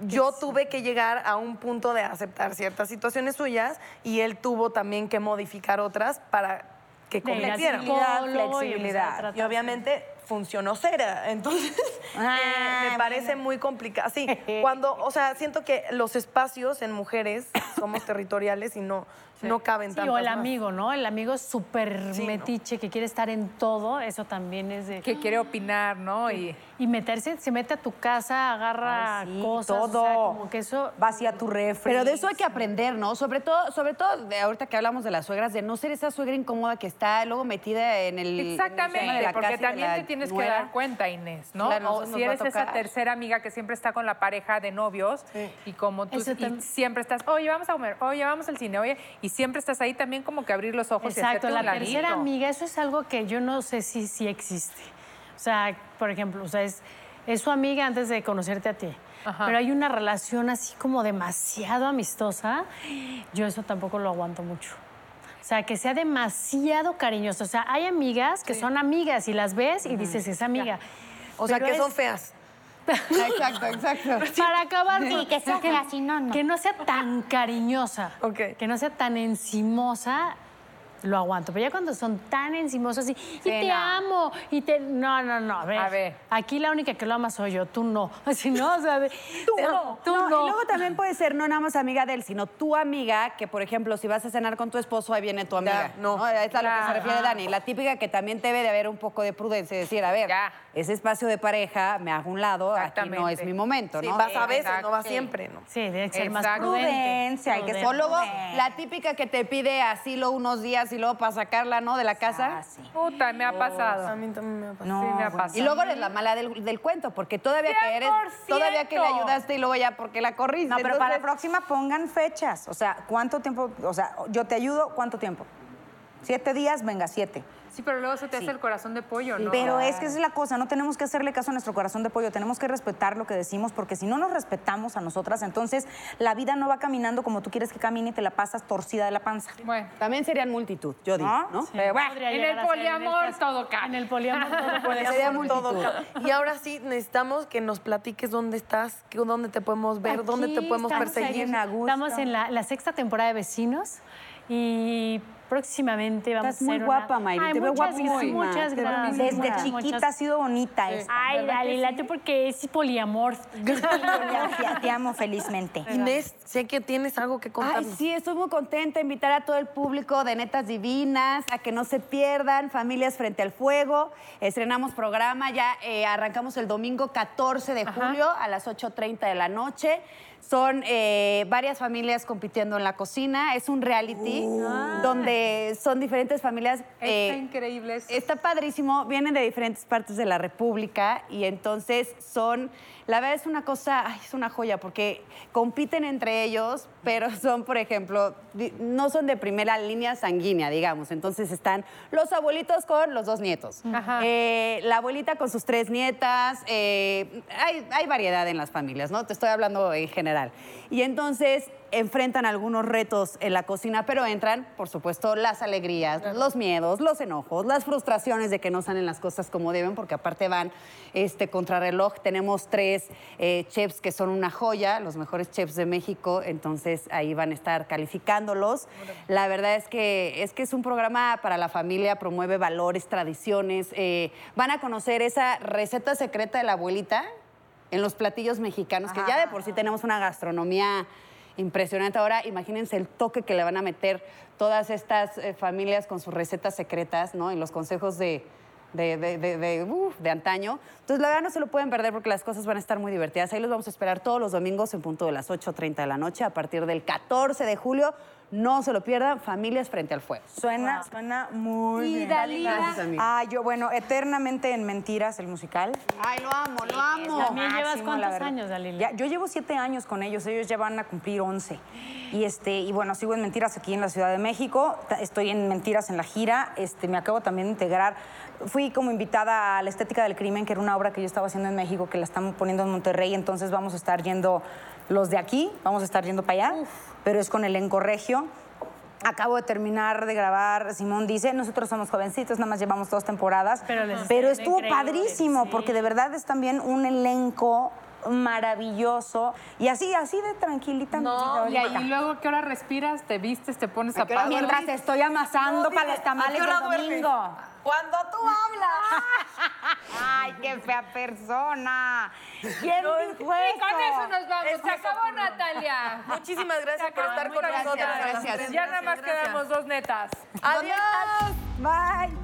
S12: yo tuve que llegar a un punto de aceptar ciertas situaciones suyas y él tuvo también que modificar otras para que
S5: De ir al
S12: convirtieran.
S5: psicólogo y empezar a tratarse.
S12: Y obviamente funcionó cera. *laughs* Entonces,
S10: Ah,
S12: eh, me parece muy complicado.
S10: *laughs*
S12: Sí, cuando, o sea, siento que los espacios en mujeres somos territoriales y no, no caben
S10: Sí,
S12: tantas
S10: o el
S12: más.
S10: amigo, ¿no? El amigo súper metiche que quiere estar en todo, eso también es de... Que quiere opinar, ¿no? Y, meterse, se mete a tu casa, agarra cosas, o sea,
S14: todo.
S10: como que eso...
S5: Vacía tu refri.
S14: Pero de eso hay que aprender, ¿no? Sobre todo, sobre todo de ahorita que hablamos de las suegras, de no ser esa suegra incómoda que está luego metida en el. en el tema de
S22: Exactamente,
S14: la casa
S22: porque
S14: y de la
S22: también te tienes que
S14: nuera.
S22: dar cuenta, Inés, ¿no?
S14: Claro,
S22: o
S14: nosotros nos
S22: si
S14: va a
S22: eres esa
S14: tocar.
S22: tercera amiga que siempre está con la pareja de novios y como tú
S10: Eso
S22: y
S10: tam-
S22: siempre estás, oye, vamos a comer, oye, vamos al cine, oye, y siempre estás ahí también como que abrir los ojos y
S10: Exacto,
S22: hacerte
S10: la
S22: un ladito.
S10: tercera amiga, eso es algo que yo no sé si, si existe. O sea, por ejemplo, o sea, es, es su amiga antes de conocerte a ti.
S22: Ajá.
S10: Pero hay una relación así como demasiado amistosa. Yo eso tampoco lo aguanto mucho. O sea, que sea demasiado cariñosa. O sea, hay amigas que son amigas y las ves y dices, es amiga.
S12: O sea,
S10: Pero
S12: que
S10: es-
S12: son feas.
S14: Exacto, exacto.
S10: *laughs* Para acabar,
S12: Sí, que
S10: *laughs*
S12: sea
S10: que, que no sea tan cariñosa, que no sea tan encimosa, lo aguanto. Pero ya cuando son tan encimosas y, y te
S22: no.
S10: amo, y te... No, no, no, a ver,
S22: A ver.
S10: Aquí la única que lo ama soy yo, tú no. *laughs* Así no, o sea, de-
S14: Tú
S10: de-
S14: no.
S10: Tú no.
S14: Y luego también puede ser no nada más amiga de él, sino tu amiga, que por ejemplo, si vas a cenar con tu esposo, ahí viene tu amiga. no. Es a lo que se refiere Dani. La típica que también debe de haber un poco de prudencia, decir, a ver, ese espacio de pareja, me hago un lado, aquí no es mi momento,
S12: Sí,
S14: ¿no?
S12: vas a veces, no vas siempre, ¿no?
S10: Sí, debe
S12: ser más Exacto. prudente.
S14: Prudencia, hay que ser
S12: Prudente.
S14: O luego, la típica que te pide asilo unos días y luego para sacarla, ¿no? De la casa.
S5: Ah,
S22: Puta, me ha pasado.
S12: A mí también me ha pasado.
S22: sí, me ha pasado.
S14: Y luego eres la mala del, del cuento, porque todavía que eres,
S5: 100%.
S14: todavía que le ayudaste y luego ya porque la corriste.
S5: No, pero para la
S14: entonces-
S5: próxima pongan fechas. O sea, ¿cuánto tiempo? O sea, yo te ayudo, ¿cuánto tiempo? Siete días, venga, siete.
S22: Sí, pero luego se te hace el corazón de pollo, ¿no?
S5: Pero es que esa es la cosa, no tenemos que hacerle caso a nuestro corazón de pollo, tenemos que respetar lo que decimos, porque si no nos respetamos a nosotras, entonces la vida no va caminando como tú quieres que camine y te la pasas torcida de la panza.
S22: Bueno.
S14: También serían multitud, yo digo, ¿no? Pero bueno.
S22: En el poliamor todo cae. En
S10: el poliamor todo
S12: Porque
S14: Sería
S12: son
S14: multitud.
S12: todo ca- Y ahora sí, necesitamos que nos platiques dónde estás, que- dónde te podemos ver, dónde te
S10: Aquí
S12: podemos
S10: estamos
S12: perseguir.
S10: ahí, Estamos en la, la sexta temporada de Vecinos y próximamente vamos
S5: Estás
S10: a
S5: muy
S10: hacer
S5: guapa,
S10: una...
S5: Mayra,
S10: Ay,
S5: te veo
S10: muchas gra-
S5: guapísima.
S10: Muchas
S5: Te veo
S10: gracias.
S5: guapísima. Desde
S10: muchas-
S5: chiquita has sido bonita esta,
S10: Ay,
S5: ¿verdad que
S10: Dalila, tú porque es poliamor.
S5: Te- Te amo felizmente.
S12: *laughs* Inés, sé que tienes algo que
S14: Ay,
S12: contarnos.
S14: sí, estoy muy contenta de invitar a todo el público de Netas Divinas, a que no se pierdan, Familias Frente al Fuego. Estrenamos programa, ya eh, arrancamos el domingo 14 de julio a las 8.30 de la noche. Son eh, varias familias compitiendo en la cocina. Es un reality donde son diferentes familias.
S22: Uh. Está
S14: eh,
S22: increíble eso.
S14: Está padrísimo, vienen de diferentes partes de la República y entonces son, la verdad es una cosa, ay, es una joya porque compiten entre ellos, pero *laughs* son, por ejemplo, di- no son de primera línea sanguínea, digamos. Entonces están los abuelitos con los dos nietos, Eh, la abuelita con sus tres nietas, eh, hay, hay variedad en las familias, ¿no? Te estoy hablando en general. Y entonces enfrentan algunos retos en la cocina, pero entran, por supuesto, las alegrías, los miedos, los enojos, las frustraciones de que no salen las cosas como deben, porque aparte van este, contrarreloj. Tenemos tres eh, chefs que son una joya, los mejores chefs de México, entonces ahí van a estar calificándolos. La verdad es que es, que es un programa para la familia, promueve valores, tradiciones. eh, van a conocer esa receta secreta de la abuelita, en los platillos mexicanos, que ya de por sí tenemos una gastronomía impresionante. Ahora imagínense el toque que le van a meter todas estas eh, familias con sus recetas secretas, ¿no? Y los consejos de, de, de- de- de, uf, de antaño. Entonces, la verdad no se lo pueden perder porque las cosas van a estar muy divertidas. Ahí los vamos a esperar todos los domingos en punto de las 8.30 de la noche a partir del 14 de julio. No se lo pierdan, Familias Frente al Fuego.
S5: Suena, suena muy
S14: Y
S5: bien.
S14: Dalila. Gracias, amiga.
S5: Ah, yo, bueno, Eternamente en Mentiras, el musical.
S14: Ay, lo amo, lo
S5: Amo.
S14: amo.
S10: También llevas
S5: Máximo,
S10: cuántos
S5: la verdad.
S10: años, Dalila.
S5: Ya, yo llevo siete años con ellos, ellos ya van a cumplir once. Y, este, y bueno, sigo en Mentiras aquí en la Ciudad de México, ta- estoy en Mentiras en la gira, este, me acabo también de integrar. Fui como invitada a La Estética del Crimen, que era una obra que yo estaba haciendo en México, que la están poniendo en Monterrey, entonces vamos a estar yendo los de aquí, vamos a estar yendo para allá, pero es con elenco regio. Acabo de terminar de grabar, Simón dice, nosotros somos jovencitos, nada más llevamos dos temporadas, pero,
S10: les está yendo
S5: estuvo
S10: increíble,
S5: padrísimo, porque de verdad es también un elenco maravilloso y así, así de tranquilita.
S22: No, y,
S5: ahorita.
S22: ahí luego, ¿qué hora respiras? ¿Te vistes? ¿Te pones
S5: ¿A qué hora
S22: zapatos?
S5: Mientras duermes? estoy amasando para los tamales
S22: ¿A qué hora
S5: del
S22: duermes?
S5: domingo.
S14: Cuando tú hablas.
S5: Ay, qué fea persona. ¿Quién dijo
S22: Y con eso nos vamos. Se
S12: Exacto.
S22: acabó, Natalia.
S12: Muchísimas gracias
S22: Se
S12: por
S22: acabó.
S12: estar con
S22: Muchas
S12: nosotros.
S22: gracias.
S12: Gracias.
S22: Ya nada más
S12: Gracias.
S22: quedamos dos netas.
S12: Adiós.
S5: Bye.